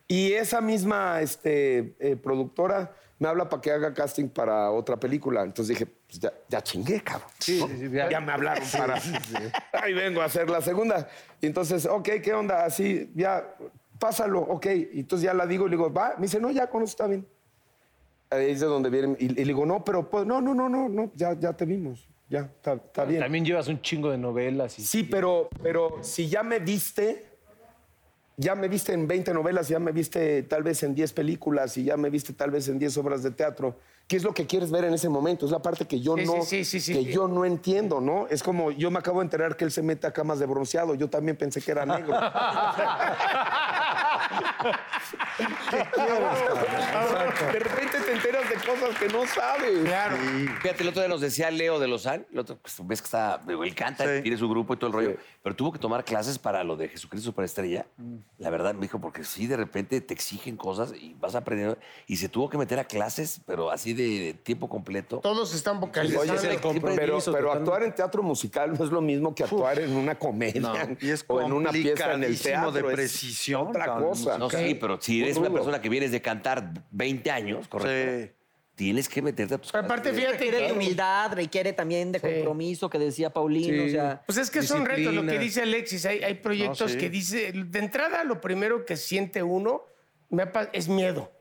Y esa misma este, eh, productora me habla para que haga casting para otra película. Entonces dije, pues ya, ya chingué, cabrón. ¿no? ya. me hablaron para... Ahí vengo a hacer la segunda. Y entonces, ok, ¿qué onda? Así, ya, pásalo, ok. Y entonces ya la digo y le digo, va. Me dice, no, ya con eso está bien. Ahí es de donde vienen. Y, y le digo, no, pero pues, no, no, no, no, no, ya, ya te vimos. Ya, está, está bien. También llevas un chingo de novelas y... Sí, pero, pero si ya me viste, ya me viste en 20 novelas, ya me viste tal vez en 10 películas y ya me viste tal vez en 10 obras de teatro, ¿qué es lo que quieres ver en ese momento? Es la parte que yo, Sí, no, sí, sí, sí, sí, que sí. yo no entiendo, ¿no? Es como yo me acabo de enterar que él se mete a camas de bronceado, yo también pensé que era negro. de repente te enteras de cosas que no sabes. Claro. Fíjate, el otro día nos decía Leo de Lozán, el otro, pues, ves que está, él canta, Sí. tiene su grupo y todo el rollo, pero tuvo que tomar clases para lo de Jesucristo Superestrella. La verdad, me dijo, porque sí, de repente te exigen cosas y vas aprendiendo. Y se tuvo que meter a clases, pero así de, de tiempo completo. Todos están vocalizados. Oye, Oye, pero- el compromiso pero, pero totalmente. actuar en teatro musical no es lo mismo que actuar en una comedia No, y es o en una pieza en el complicadísimo teatro. de es precisión, otra cabrón. cosa. No, sí, pero si eres Muy una rudo. persona que vienes de cantar 20 años, correcto, Sí. tienes que meterte a tus Pero aparte, clases. fíjate. eh, Requiere de claro. humildad, requiere también de compromiso que decía Paulino, Sí. o sea. Pues es que son retos, lo que Disciplina. dice Alexis. Hay, hay proyectos sí. que dice. De entrada, lo primero que siente uno me ha pa- es miedo.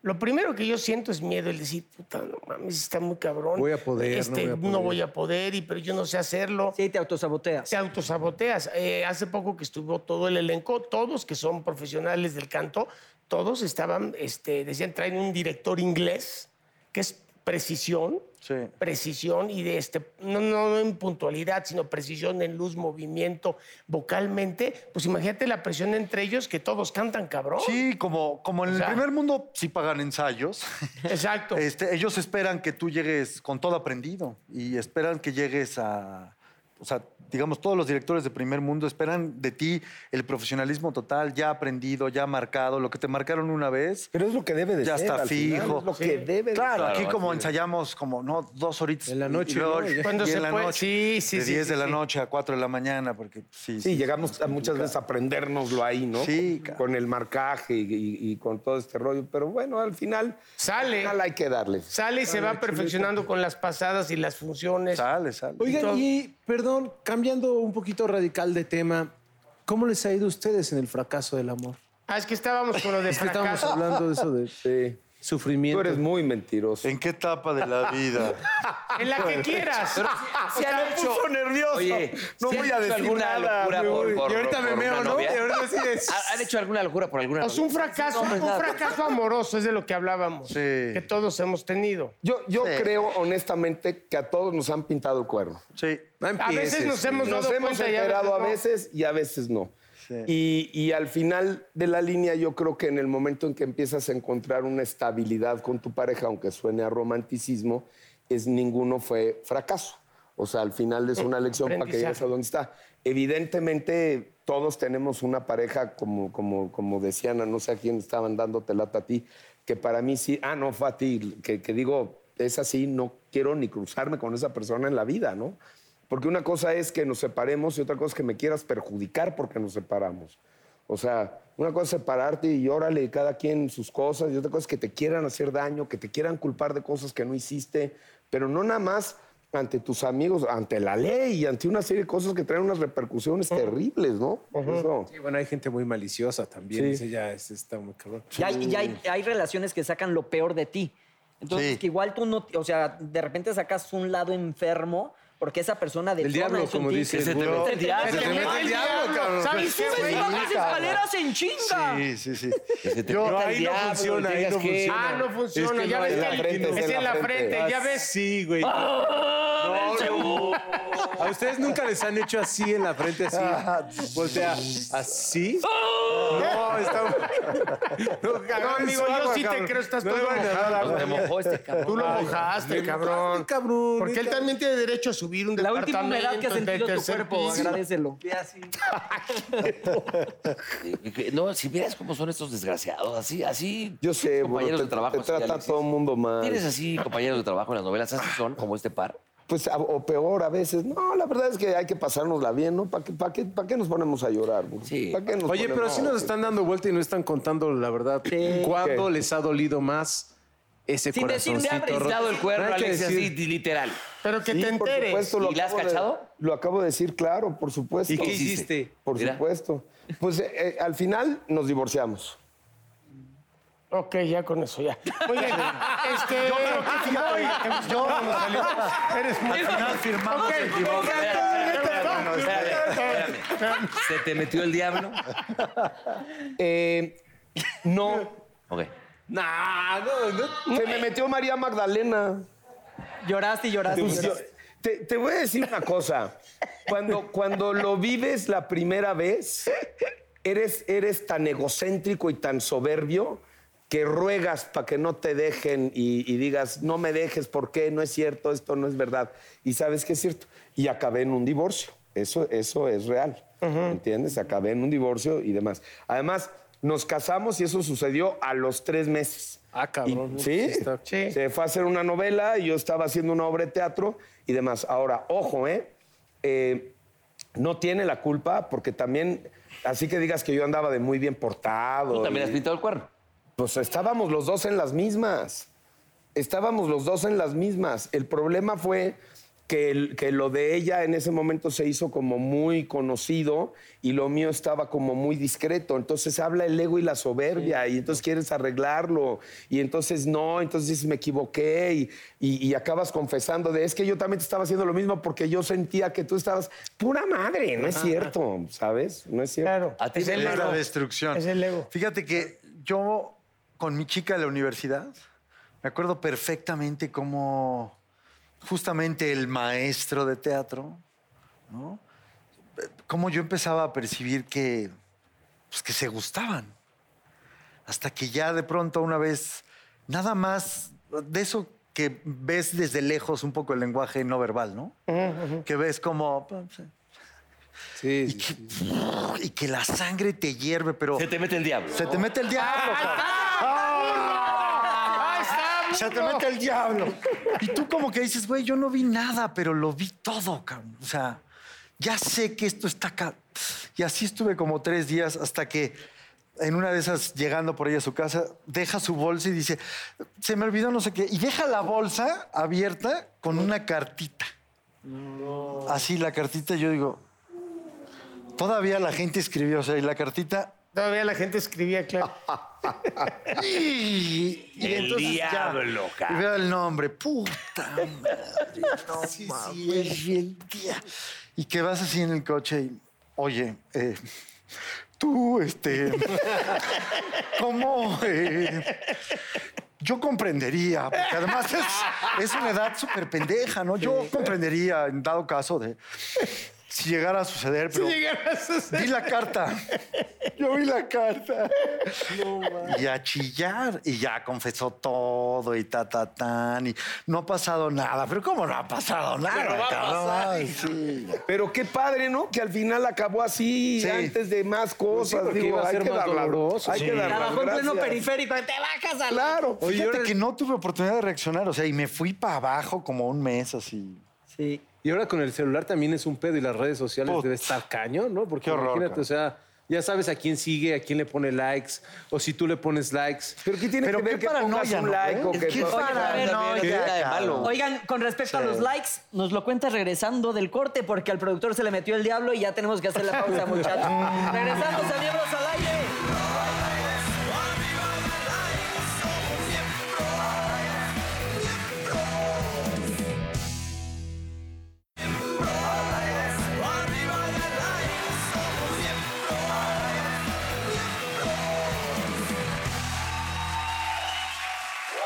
Lo primero que yo siento es miedo, el decir, puta, no mames, está muy cabrón. Voy a poder, no Este, voy a No poder. voy a poder, y, pero yo no sé hacerlo. Sí, te autosaboteas. Te autosaboteas. Eh, hace poco que estuvo todo el elenco, todos que son profesionales del canto, todos estaban, este, decían, traen un director inglés que es precisión, Sí. precisión y de este, no, no, no en puntualidad, sino precisión en luz, movimiento, vocalmente, pues imagínate la presión entre ellos que todos cantan cabrón. Sí, como, como en O sea- el primer mundo sí pagan ensayos. Exacto. Este, ellos esperan que tú llegues con todo aprendido y esperan que llegues a... O sea, digamos, todos los directores de primer mundo esperan de ti el profesionalismo total, ya aprendido, ya marcado, lo que te marcaron una vez. Pero es lo que debe de Ya ser. está al final, fijo. es lo que debe de Claro, ser. aquí como ensayamos como, no, dos horitas. En la y noche, luego- ¿no? Ya. y Cuando en se la puede. Sí, noche, sí, de sí, 10 sí, de la sí. noche a 4 de la mañana, porque sí, Sí, llegamos a muchas veces a aprendérnoslo ahí, ¿no? Sí, ca- Con el marcaje y, y- y con todo este rollo. Pero bueno, al final, al Sale, final hay que darle. sale y se va perfeccionando con las pasadas y las funciones. sale, sale. Oigan, Entonces- y perdón, cambiando un poquito radical de tema, ¿cómo les ha ido a ustedes en el fracaso del amor? Ah, es que estábamos con lo de Es que estábamos fracaso. hablando de eso de Sí. sufrimiento. Tú eres muy mentiroso. ¿En qué etapa de la vida? En la que quieras. Se han hecho- Oye, No ¿sí voy han a hecho decir alguna nada, locura me por- voy. por- Y ahorita me por meo, una ¿no? novia? Y ahorita sí es- ¿Ha- ¿Han hecho alguna locura por alguna Pues un fracaso, No, pues un nada. fracaso amoroso, es de lo que hablábamos. Que todos hemos tenido. Yo, yo creo, honestamente, que a todos nos han pintado el cuerno. Sí. A veces nos hemos Nos dado hemos cuenta y a enterado a veces no. veces y a veces no. Sí. Y, y al final de la línea, yo creo que en el momento en que empiezas a encontrar una estabilidad con tu pareja, aunque suene a romanticismo, es ninguno fue fracaso. O sea, al final es una lección para que llegues a aprendizaje. donde está. Evidentemente, todos tenemos una pareja, como, como, como decían, a no sé a quién estaban dándote lata a ti, que para mí sí, ah, no, fue a ti, que, que digo, es así, no quiero ni cruzarme con esa persona en la vida, ¿no? Porque una cosa es que nos separemos y otra cosa es que me quieras perjudicar porque nos separamos. O sea, una cosa es separarte y órale, cada quien sus cosas, y otra cosa es que te quieran hacer daño, que te quieran culpar de cosas que no hiciste, pero no nada más ante tus amigos, ante la ley y ante una serie de cosas que traen unas repercusiones terribles, ¿no? Eso. Sí, bueno, hay gente muy maliciosa también. Sí. ese ya es- está muy cabrón. Ya, hay- ya hay, hay relaciones que sacan lo peor de ti. Entonces, Sí. que igual tú no, o sea, de repente sacas un lado enfermo porque esa persona de diablo, como dice dice el burro. mete el diablo. Se te mete el diablo, ¿Sabes qué, Subes güey? y bajas escaleras en chinga. Sí, sí, sí. No, Yo, ahí no funciona, ahí no funciona. Ah, no funciona. ya ves en la que el- frente, es es en en la la frente, frente. ya ves. Ah, Ah, Sí, güey. No, no. ¿A ustedes nunca les han hecho así en la frente, así? O sea, ¿así? No, está... Ah. No, amigo, yo sí te creo, estás todo mojado. Me mojó este cabrón. Tú lo mojaste, cabrón. cabrón. Porque él también tiene derecho a subir un La última departamento. humedad que ha del sentido tu tercer cuerpo, piso. agradecelo. Eh, que- No, si vieras cómo son estos desgraciados, así, así. Yo sé, bueno, compañeros te, de trabajo. te así, trata Alexis. todo el mundo mal. ¿Tienes así compañeros de trabajo en las novelas? ¿Así son como este par? Pues, a- o peor a veces. No, la verdad es que hay que pasárnosla bien, ¿no? ¿Para qué, para qué, para qué nos ponemos a llorar? güey? Sí. ¿Para qué nos Oye, pero ponemos- sí nos están dando vuelta y no están contando la verdad. ¿Cuándo ¿Qué? les ha dolido más ese Sin decir, me ha corazoncito roto? Dado el cuerno, No hay que Alexis, decir. así, literal. Pero que Sí, te por enteres. supuesto, lo ¿Y la has acabo de- cachado? lo acabo de decir, claro, por supuesto. ¿Y qué hiciste? Por Mira. supuesto. Pues eh, eh, al final nos divorciamos. Ok, ya con eso, ya. Oye, este... Yo creo que fíjate, yo vamos a salir. Eres muy... final firmamos el divorcio. Espérame, espérame. ¿Se te metió el diablo? Eh, no, Ok. Nah, no, no. se me metió María Magdalena. Lloraste y lloraste. y Pues yo- lloraste. te, te voy a decir una cosa. Cuando, cuando lo vives la primera vez, eres, eres tan egocéntrico y tan soberbio que ruegas para que no te dejen y, y digas, no me dejes, ¿por qué? No es cierto, esto no es verdad. Y sabes que es cierto. Y acabé en un divorcio. Eso, eso es real. ¿Entiendes? Acabé en un divorcio y demás. Además, nos casamos y eso sucedió a los tres meses. Ah, cabrón. Y- ¿Sí? Está- Sí. Se fue a hacer una novela y yo estaba haciendo una obra de teatro y demás. Ahora, ojo, ¿eh? Eh, no tiene la culpa porque también, así que digas que yo andaba de muy bien portado. ¿Tú también has y- pintado el cuerno? pues estábamos los dos en las mismas. Estábamos los dos en las mismas. El problema fue que, el- que lo de ella en ese momento se hizo como muy conocido y lo mío estaba como muy discreto. Entonces habla el ego y la soberbia y entonces quieres arreglarlo y entonces no, entonces dices, me equivoqué y, y- y acabas confesando de es que yo también te estaba haciendo lo mismo porque yo sentía que tú estabas pura madre, no es cierto, ¿sabes? No es cierto. Claro. A ti Es te el Es la ego. destrucción. Es el ego. Fíjate que yo con mi chica de la universidad, me Me acuerdo perfectamente cómo justamente el maestro de teatro, ¿no? Cómo yo empezaba a percibir que, pues, que se gustaban. Hasta que ya de pronto una vez, nada más de eso que ves desde lejos un poco el lenguaje no verbal, ¿no? Que ves como... Sí, Y sí. que, y que la sangre te hierve, pero... Se te mete el diablo. Se te mete el diablo. cabrón. Ah. ¡Ahí está! Se te mete el diablo. Y tú como que dices, güey, yo no vi nada, pero lo vi todo, cabrón. O sea, ya sé que esto está acá. Y así estuve como tres días hasta que en una de esas, llegando por ahí a su casa, deja su bolsa y dice, se me olvidó no sé qué. Y deja la bolsa abierta con una cartita. Así la cartita, yo digo, todavía la gente escribió, o sea, y la cartita... Todavía la gente escribía, claro. Y, y El entonces ya- diablo, y cabrón. veo el nombre, puta madre. No mames. Y que vas así en el coche y, oye, eh, tú, este, ¿cómo? eh, yo comprendería, porque además es, es una edad súper pendeja, ¿no? Yo comprendería en dado caso de si llegara a suceder, pero Llegaron a sus- vi la carta. Yo vi la carta. y a chillar. Y ya confesó todo y ta, ta, tan. Y no ha pasado nada. Pero ¿cómo no ha pasado nada? cabrón? Ay, sí. Pero qué padre, ¿no? Que al final acabó así, Sí. antes de más cosas. porque digo, iba a hay ser que más dar la- doloroso. Hay que dar las Trabajó en pleno gracias. periférico. ¡Te bajas a la-". Claro. Fíjate que no tuve oportunidad de reaccionar. O sea, y me fui para abajo como un mes así. Sí. Y ahora con el celular también es un pedo y las redes sociales Put. debe estar cañón, ¿no? Porque Qué horror, imagínate, cabrón. o sea, ya sabes a quién sigue, a quién le pone likes, o si tú le pones likes. Pero ¿qué tiene Pero que ver qué que pongas paranoia, un ¿no, like güey? o Es que que no? paranoia, ¿Qué hay de cabrón. malo? Oigan, con respecto a los likes, nos lo cuentas regresando del corte porque al productor se le metió el diablo y ya tenemos que hacer la pausa, muchachos. Regresamos a Miembros al Aire.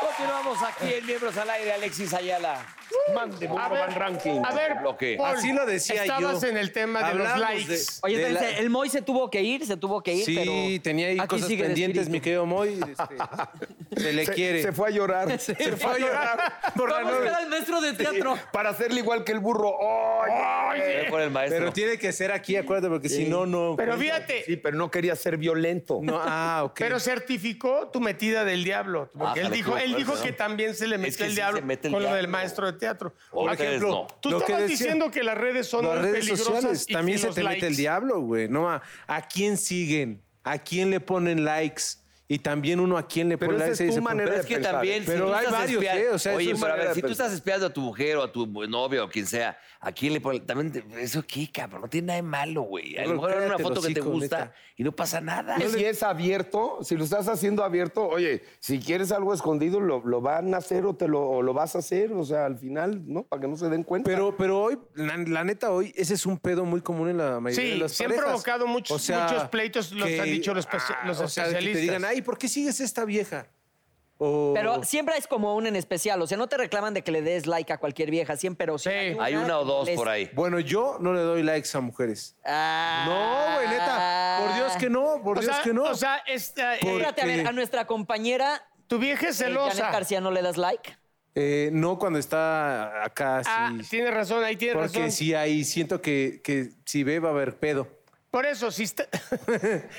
Continuamos aquí en Miembros al Aire, Alexis Ayala. Mande, a ver, ranking. A ver, Bloque. Paul, Así lo decía yo. estabas en el tema de Hablamos los likes. de- Oye, de la- espérense, el Moy se tuvo que ir, se tuvo que ir, Sí, pero... tenía ahí aquí cosas sigue el pendientes, mi espíritu. querido Moy. este, se le Se- quiere. Se fue a llorar. Se fue a llorar por la Vamos a novia. ver al maestro de teatro. Para hacerle igual que el burro. ¡Ay! Ve por el maestro. Pero tiene que ser aquí, acuérdate, porque si no, no. Pero fíjate, Sí, pero no quería ser violento. No, ah, ok. pero certificó tu metida del diablo. Porque Ah, él pero dijo, qué él dijo fuerte, que ¿no? también se le metió que el sí diablo se mete el con lo del diablo. maestro de teatro. Por ejemplo, no. Tú Lo que estabas decía- diciendo que las redes son las muy redes peligrosas sociales y pues, también que se los te likes. mete el diablo, güey. No, a, ¿a quién siguen? ¿A quién le ponen likes? Y también uno a quién le Pero pone esa likes. es y tu dice, "Pues, manera ¿eh? Pero de es que pensar. también. Pero tú hay estás varios, espia- ¿eh? O sea, Oye, eso es pero a ver, manera si de tú pensar. estás espiando a tu mujer o a tu novio o quien sea, ¿a quién le pones? También, te- ¿eso qué, cabrón? No tiene nada de malo, güey. A lo Pero mejor era una cállate el foto que te hocico, gusta neta. y no pasa nada. Si es abierto, si lo estás haciendo abierto, oye, si quieres algo escondido, lo, lo van a hacer o te lo, o lo vas a hacer, o sea, al final, ¿no? Para que no se den cuenta. Pero, pero hoy, la, la neta, hoy, ese es un pedo muy común en la mayoría Sí, de las se han parejas. provocado muchos- muchos pleitos, los han dicho los especia- los ah, o sea, que te especialistas. digan, ay, ¿por qué sigues a esta vieja? O- Pero siempre es como un en especial, o sea, no te reclaman de que le des like a cualquier vieja, siempre, pero sí. Sí. Hay una o dos por ahí. Bueno, yo no le doy likes a mujeres. Ah. No, güey, neta. Por Dios que no, por O Dios sea, que no. o sea, esta, eh, Espérate, a ver, Porque- a nuestra compañera tu vieja es eh, Janet celosa. García no le das like. Eh, no cuando está acá, sí. Ah, tienes razón, ahí tienes porque razón. sí, ahí siento que, que si ve va a haber pedo. Por eso, si está...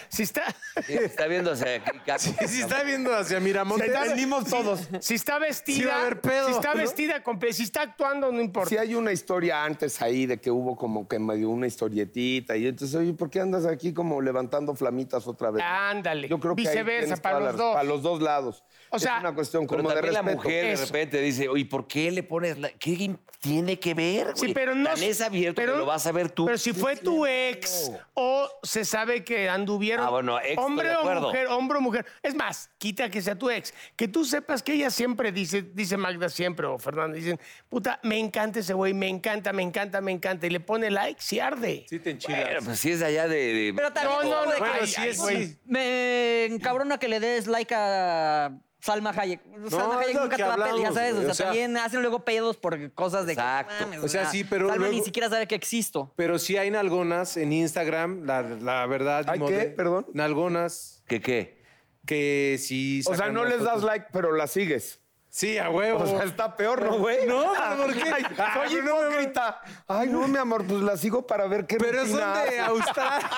si está... Está viéndose aquí, Caco. Si está viendo hacia Miramontes, venimos todos. Si está vestida, Sí va a haber pedo, si está ¿no? vestida, con pe- si está actuando, no importa. Si hay una historia antes ahí de que hubo como que medio una historietita y entonces, oye, ¿por qué andas aquí como levantando flamitas otra vez? Ándale. Yo creo que ahí Viceversa, tienes para toda los la- dos. Para los dos lados. O sea, es una cuestión Pero como de también respeto. la mujer Eso. de repente dice, oye, ¿por qué le pones la... ¿Qué im- tiene que ver, güey? Sí, pero no. Tan es abierto que lo vas a ver tú. Pero si fue tu ex o se sabe que anduvieron. Ah, bueno, ex, estoy hombre de o acuerdo. mujer, hombre o mujer. Es más, quita que sea tu ex. Que tú sepas que ella siempre dice, dice Magda siempre o Fernanda, dicen, puta, me encanta ese güey, me encanta, me encanta, me encanta. Y le pone like, si arde. sí te enchilas. Bueno, pues si es de allá de... de- Pero también No, no, como de no, que- bueno, Ay, sí ay, es- güey. sí. Me encabrona que le des like a Salma Hayek. Salma es Hayek lo nunca que te va a pelear, ya hablamos, sabes. O güey, sea, o sea- también hacen luego pedos por cosas de que, "Ah, Exacto. mames, O sea, sí, pero Salma ni luego- siquiera sabe que existo. Pero sí hay nalgonas en Instagram, la, la verdad. ¿Hay mode- qué? Perdón. Nalgonas ¿Qué qué? que sí. O sea, sacan no una les foto. das like, pero la sigues. Sí, a huevo. O sea, está peor, ¿no, güey? No, pues, pero ¿por qué? Ay, Ah, soy pero no me- hipócrita. Ay, no, mi amor, pues la sigo para ver qué Pero son rutina de hace. Australia.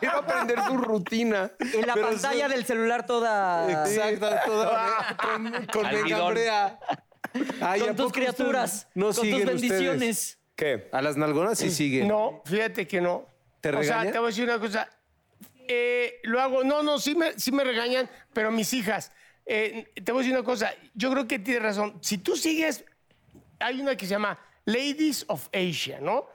Quiero aprender su rutina. En la Pero Este, pantalla son- del celular toda... Exacto, toda con, con Almidón. megambrea. Ay, ¿a Con tus poco ustedes criaturas, no con tus siguen bendiciones. ustedes? ¿Qué? A las nalgonas sí siguen. No, fíjate que no. ¿Te O regañan? sea, te voy a decir una cosa. Eh, lo hago, no, no, sí me, sí me regañan, pero mis hijas. Eh, te voy a decir una cosa. Yo creo que tienes razón. Si tú sigues, hay una que se llama Ladies of Asia, ¿no?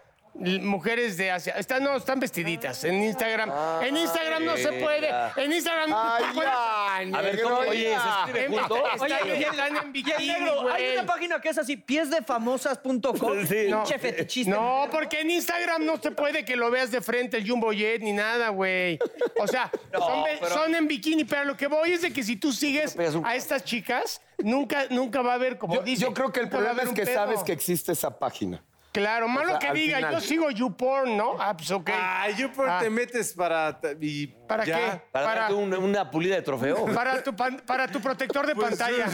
L- Mujeres de Asia. Están, no, están vestiditas en Instagram. Ah, en Instagram no se eh, puede. En Instagram no Ay, se puede. ya, A ver, negro, ¿cómo? Oye, ya. ¿se escribe En- junto? están- Oye, y el- están en Y el bikini, negro, hay güey. una página que es así, piesdefamosas.com, Sí. pinche No, eh, fetichista. No, porque en Instagram no se puede que lo veas de frente el Jumbo Jet ni nada, güey. O sea, son, ve- son en bikini, pero lo que voy es de que si tú sigues a estas chicas, nunca, nunca va a haber, como Yo, dice. yo creo que el nunca va a problema haber es un que pedo. sabes que existe esa página. Claro, malo sea, que al diga, final. yo sigo YouPorn, ¿no? Ah, pues ok. Ay, yo por Ah. te metes para. y ¿Para ya. qué? Para, Para- darte una, una pulida de trofeo. Para tu, pan- para tu protector de pantalla.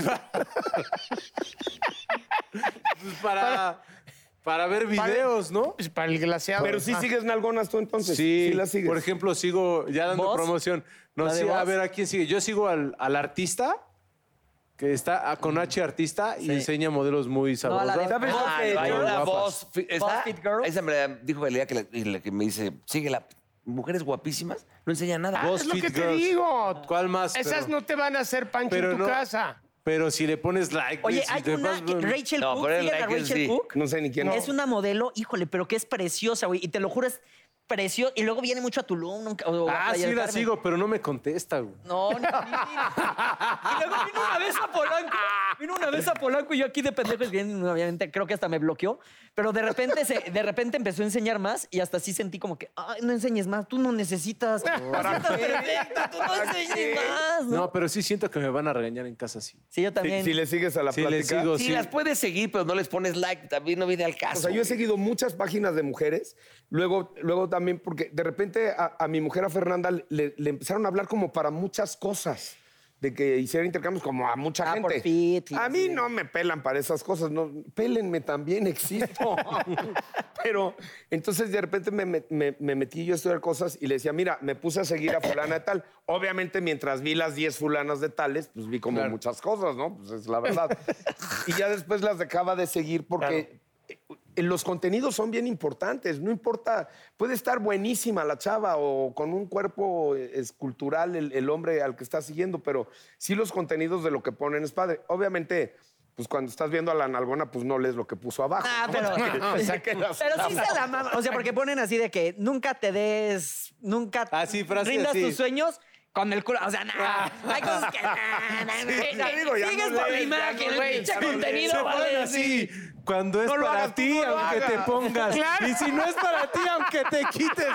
Pues para, para, ver videos, ¿no? Pues para el glaseado. Pero sí Ah. sigues nalgonas tú entonces. Sí, la sigues. por ejemplo, sigo ya dando ¿Vos? promoción. No ¿La de sé, a vos? ver, ¿a quién sigue? Yo sigo al, al artista, que está ah, con H artista y enseña modelos muy No, a la sabrosas. de- Ah, Buffett hay Girl. una voz. fi- Esa, Fit Girl. esa me la dijo Belia que, la- y la que me dice, sigue la mujeres guapísimas, no enseña nada. Vos Es lo Fit que te Girls. digo. ¿Cuál más? Esas Pero- no te van a hacer pancho pero en tu no- casa. Pero si le pones like, Oye, güey, si hay te una, vas- que- Rachel No, Cook, pero el fíjate a like es Rachel sí. Cook. No sé ni quién Es una modelo, híjole, pero que es preciosa, güey. Y te lo juro, es preciosa. Y luego viene mucho a Tulum. nunca- o a Ah, Playa sí del la Carmen. sigo, pero no me contesta, güey. No, ni. ni- Y luego vino una vez a Polanco. Vino una vez a Polanco y yo aquí de pendejos, bien, obviamente, creo que hasta me bloqueó. Pero de repente, se, de repente empezó a enseñar más y hasta sí sentí como que, ay, no enseñes más, tú no necesitas. Tú estás perfecta, tú no enseñes más. ¿no? No, pero sí siento que me van a regañar en casa, sí. Sí, yo Si, también. si le sigues a la Sí, le plática. sigo, Sí, sí. las puedes seguir, pero no les pones like. También no viene al O caso. sea, yo he güey. seguido muchas páginas de mujeres. Luego, luego también, porque de repente a, a mi mujer, a Fernanda, le, le empezaron a hablar como para muchas cosas. De que hiciera intercambios como a mucha Ah, gente. por fit y a así mí de- no me pelan para esas cosas. No, pélenme también, existo. Pero entonces de repente me, me- me- me metí yo a estudiar cosas y le decía, mira, me puse a seguir a fulana de tal. Obviamente mientras vi las 10 fulanas de tales, pues vi como muchas cosas, ¿no? Pues es la verdad. y ya después las dejaba de seguir porque eh, los contenidos son bien importantes. No importa, puede estar buenísima la chava o con un cuerpo eh, escultural el, el hombre al que está siguiendo, pero sí los contenidos de lo que ponen es padre. Obviamente... Pues cuando estás viendo a la nalgona, pues no lees lo que puso abajo. Ah, ¿no? pero, Porque te quedas- pero sí se la mama. O sea, porque ponen así de que nunca te des, nunca Ah, sí, frase rindas así. tus sueños con el culo. O sea, nada. Hay cosas que nada, te digo, ya Sigues no por la lees, ya imagen, no el lees, pinche ya no contenido, Se vale, ponen así. Cuando es No lo para hagas, tú ti, no lo aunque te hagas. pongas. Claro. Y si no es para ti, aunque te quites.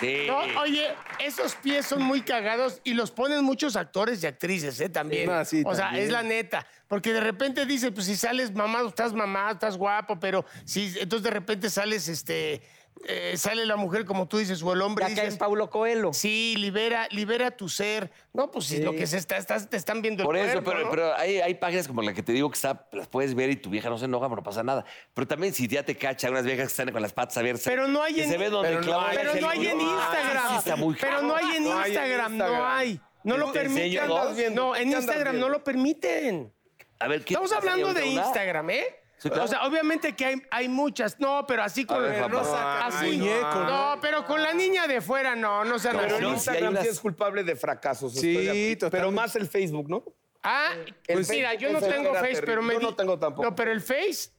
Sí. No, oye, esos pies son muy cagados y los ponen muchos actores y actrices, ¿eh? También. No, sí, o sea, también. es la neta. Porque de repente dices, pues si sales mamado, estás mamado, estás guapo, pero si, entonces de repente sales, este, eh, sale la mujer como tú dices, o el hombre Ya dices, cae en Paulo Coelho. sí, libera, libera tu ser. No, pues si lo que se está, estás- te están viendo Por el eso, cuerpo, pero, ¿no? pero hay, hay páginas como la que te digo que está, las puedes ver y tu vieja no se enoja, pero no pasa nada. Pero también si ya te cacha unas viejas que están con las patas abiertas. Pero no hay que en- se ve donde pero no clavó hay- el Pero no hay en angelito. Ah, sí está muy Instagram. Pero no hay en No hay en Instagram, no Instagram. hay. No lo Te enseño permiten. dos. No, ¿Qué en andas Instagram no viendo? lo permiten. A ver, ¿qué Estamos pasa? hablando ¿Ya de una? Instagram, ¿eh? Sí, claro. O sea, obviamente que hay, hay muchas. No, pero así con ver, papá. así. Ay, muñeco, no, pero con la niña de fuera, no, no sean así. Pero el No, sí hay Instagram sí, unas- es culpable de fracasos. Sí, estoy de acuerdo. Pero totalmente. más el Facebook, ¿no? Ah, El pues mira, Facebook yo no es el tengo que era Face, terrible. pero me Yo di- no tengo tampoco. No, pero el Face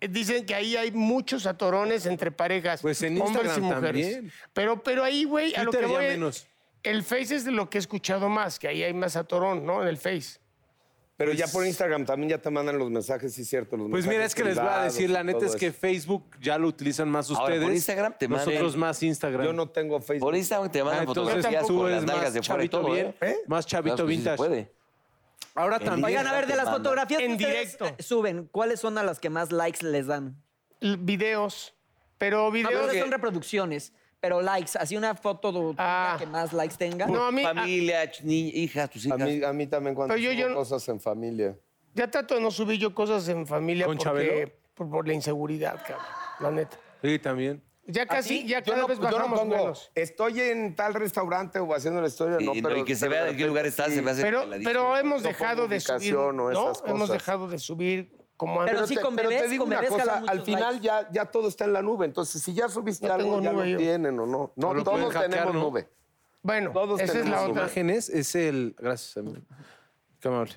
eh, dicen que ahí hay muchos atorones entre parejas, Pues en hombres y Instagram mujeres. también. Pero pero ahí, güey, a lo que Twitter ya voy es- menos. el Face es de lo que he escuchado más, que ahí hay más atorón, ¿no? En el Face. Pero ya por Instagram también ya te mandan los mensajes, sí, cierto. Los Pues mensajes mira, es que les voy a privados decir, la y neta todo es que eso. Facebook ya lo utilizan más Ahora, ustedes. por Instagram te mandan- Nosotros más Instagram. Yo no tengo Facebook. Por Instagram te Ah, mandan entonces fotografías tú con las eres nalgas más de fuera y chavito todo, bien, ¿eh? más Claro, chavito pues, sí se vintage. puede. Ahora En también. Oigan, a ver, de las Manda. fotografías que En ustedes directo. eh, suben, ¿cuáles son a las que más likes les dan? L- Videos. Pero A videos. veces son reproducciones, pero likes. Así una foto de- Ah. que más likes tenga. No, a mí. a- Familia, ch- ni- hijas, tus A hijas. mí, a mí también cuando Pero yo- subo yo- cosas en familia. ya trato de no subir yo cosas en familia ¿Con porque, Chabelo? por, por la inseguridad, cabrón. La neta. Sí, también. Ya casi, ya ¿Ah, Yo cada no, vez yo no bajamos pongo, menos. estoy en tal restaurante o haciendo la historia, Y, no, y no, pero... y que se pero vea de en qué lugar repente está, se sí. me hace Pero, peladísimo. pero hemos no dejado pongo de subir. ubicación o ¿no? esas Hemos cosas. dejado de subir como antes. Pero sí con bebés, con bebés jalan al muchos final likes. ya, ya todo está en la nube. Entonces, si ya subiste No algo, tengo ya nube lo yo. tienen o no. No, No lo todos pueden hackear, tenemos ¿no? nube. Bueno, Todos esa es la tenemos otra. imágenes es el. Gracias, amigo. Qué amable.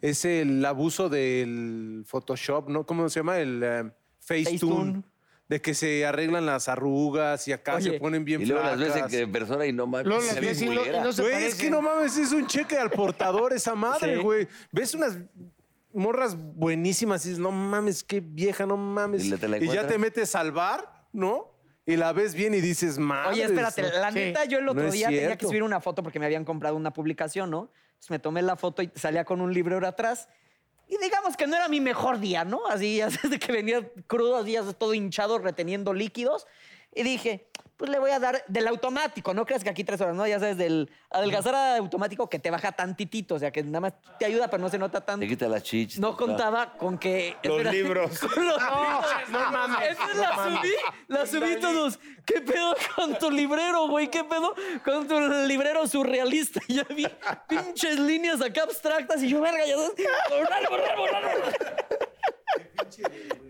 Es el abuso del Photoshop, ¿no? ¿Cómo se llama? El eh, Facetune. Facetune. De que se arreglan las arrugas y acá Oye, se ponen bien Y luego las veces flacas. que en persona y no mames. Luego se las ve ves y no- y culera. no se Pues Güey, es parecen. que no mames, es un cheque al portador esa madre, Sí. güey. Ves unas morras buenísimas y dices, no mames, qué vieja, no mames. Y le- te la Y ya encuentras. te metes al bar, ¿no? Y la ves bien y dices, madre. Oye, espérate, la Sí. neta, yo el No otro es día tenía que cierto. subir una foto porque me habían comprado una publicación, ¿no? Entonces me tomé la foto y salía con un librero atrás. Y digamos que no era mi mejor día, ¿no? Así, ya sabes, de que venía crudo, así, ya sabes, todo hinchado, reteniendo líquidos. Y dije, pues le voy a dar del automático, no creas que aquí tres horas, ¿no? Ya sabes, del adelgazar automático que te baja tantitito, o sea, que nada más te ayuda, pero no se nota tanto. Te quita las chichis. No te- contaba con que. Ah. Los espera, libros. con los libros. no mames, Entonces no la mames. subí, la subí todos. ¿Qué pedo con tu librero, güey? ¿Qué pedo con tu librero surrealista? Ya vi pinches líneas acá abstractas y yo, verga, ya sabes. Borrar, borrar, borrar.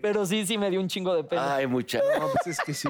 Pero sí, sí me dio un chingo de Ah. pena. Ay, mucha. No, pues es que sí.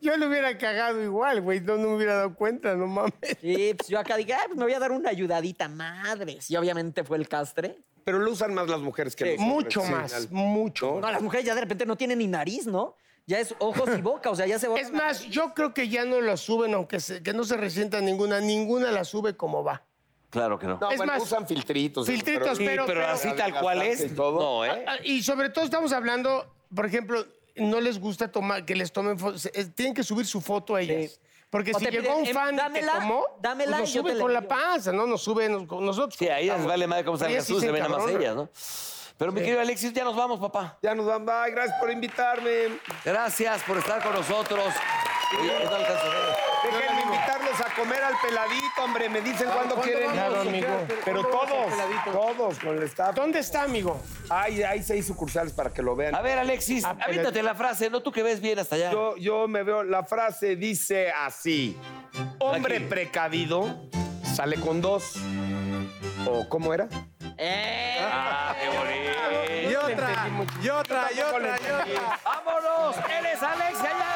Yo lo hubiera cagado igual, güey. No, no me hubiera dado cuenta, no mames. Sí, pues yo acá dije, ah, pues me voy a dar una ayudadita, madres. Y obviamente fue el castre. Pero lo usan más las mujeres que los hombres. Mucho sí, más, al- mucho. No, las mujeres ya de repente no tienen ni nariz, ¿no? Ya es ojos y boca, o sea, ya se Es más, yo creo que ya no la suben, aunque se- que no se resienta ninguna. Ninguna la sube como va. Claro que no. No, Es bueno, más, usan filtritos. filtritos, Pues sí, pero- pero- Así tal cual es. Y todo. No, ¿eh? Ah, Y sobre todo estamos hablando, por ejemplo, no les gusta tomar, que les tomen fotos. Tienen que subir su foto a ellas. Sí. Porque O si te llegó piden, un em, fan y te dámela, tomó, dámela pues nos y yo te sube la con la envío. panza, ¿no? Nos sube nos- con nosotros. Sí, a ellas les vale madre cómo Pero salgas ellas sí tú, se se ven nada más encabronan. ellas, ¿no? Pero mi querido Alexis, ya nos vamos, papá. Ya nos van, bye. Gracias por invitarme. Gracias por estar con nosotros. Oye, no alcanzo a ver. Déjenme invitarlos a comer al peladito, hombre. Me dicen Ah, cuándo quieren ir. Claro, amigo. Pero todos, todos con el staff. ¿Dónde está, amigo? Hay, hay seis sucursales para que lo vean. A ver, Alexis, avéntate la frase, ¿no? Tú que ves bien hasta allá. Yo, yo me veo, la frase dice así. Hombre Aquí. precavido sale con dos. ¿O cómo era? Ah, qué bonito. Y otra, y otra, y otra, y otra. ¡Vámonos! ¡Él es Alex Ayala!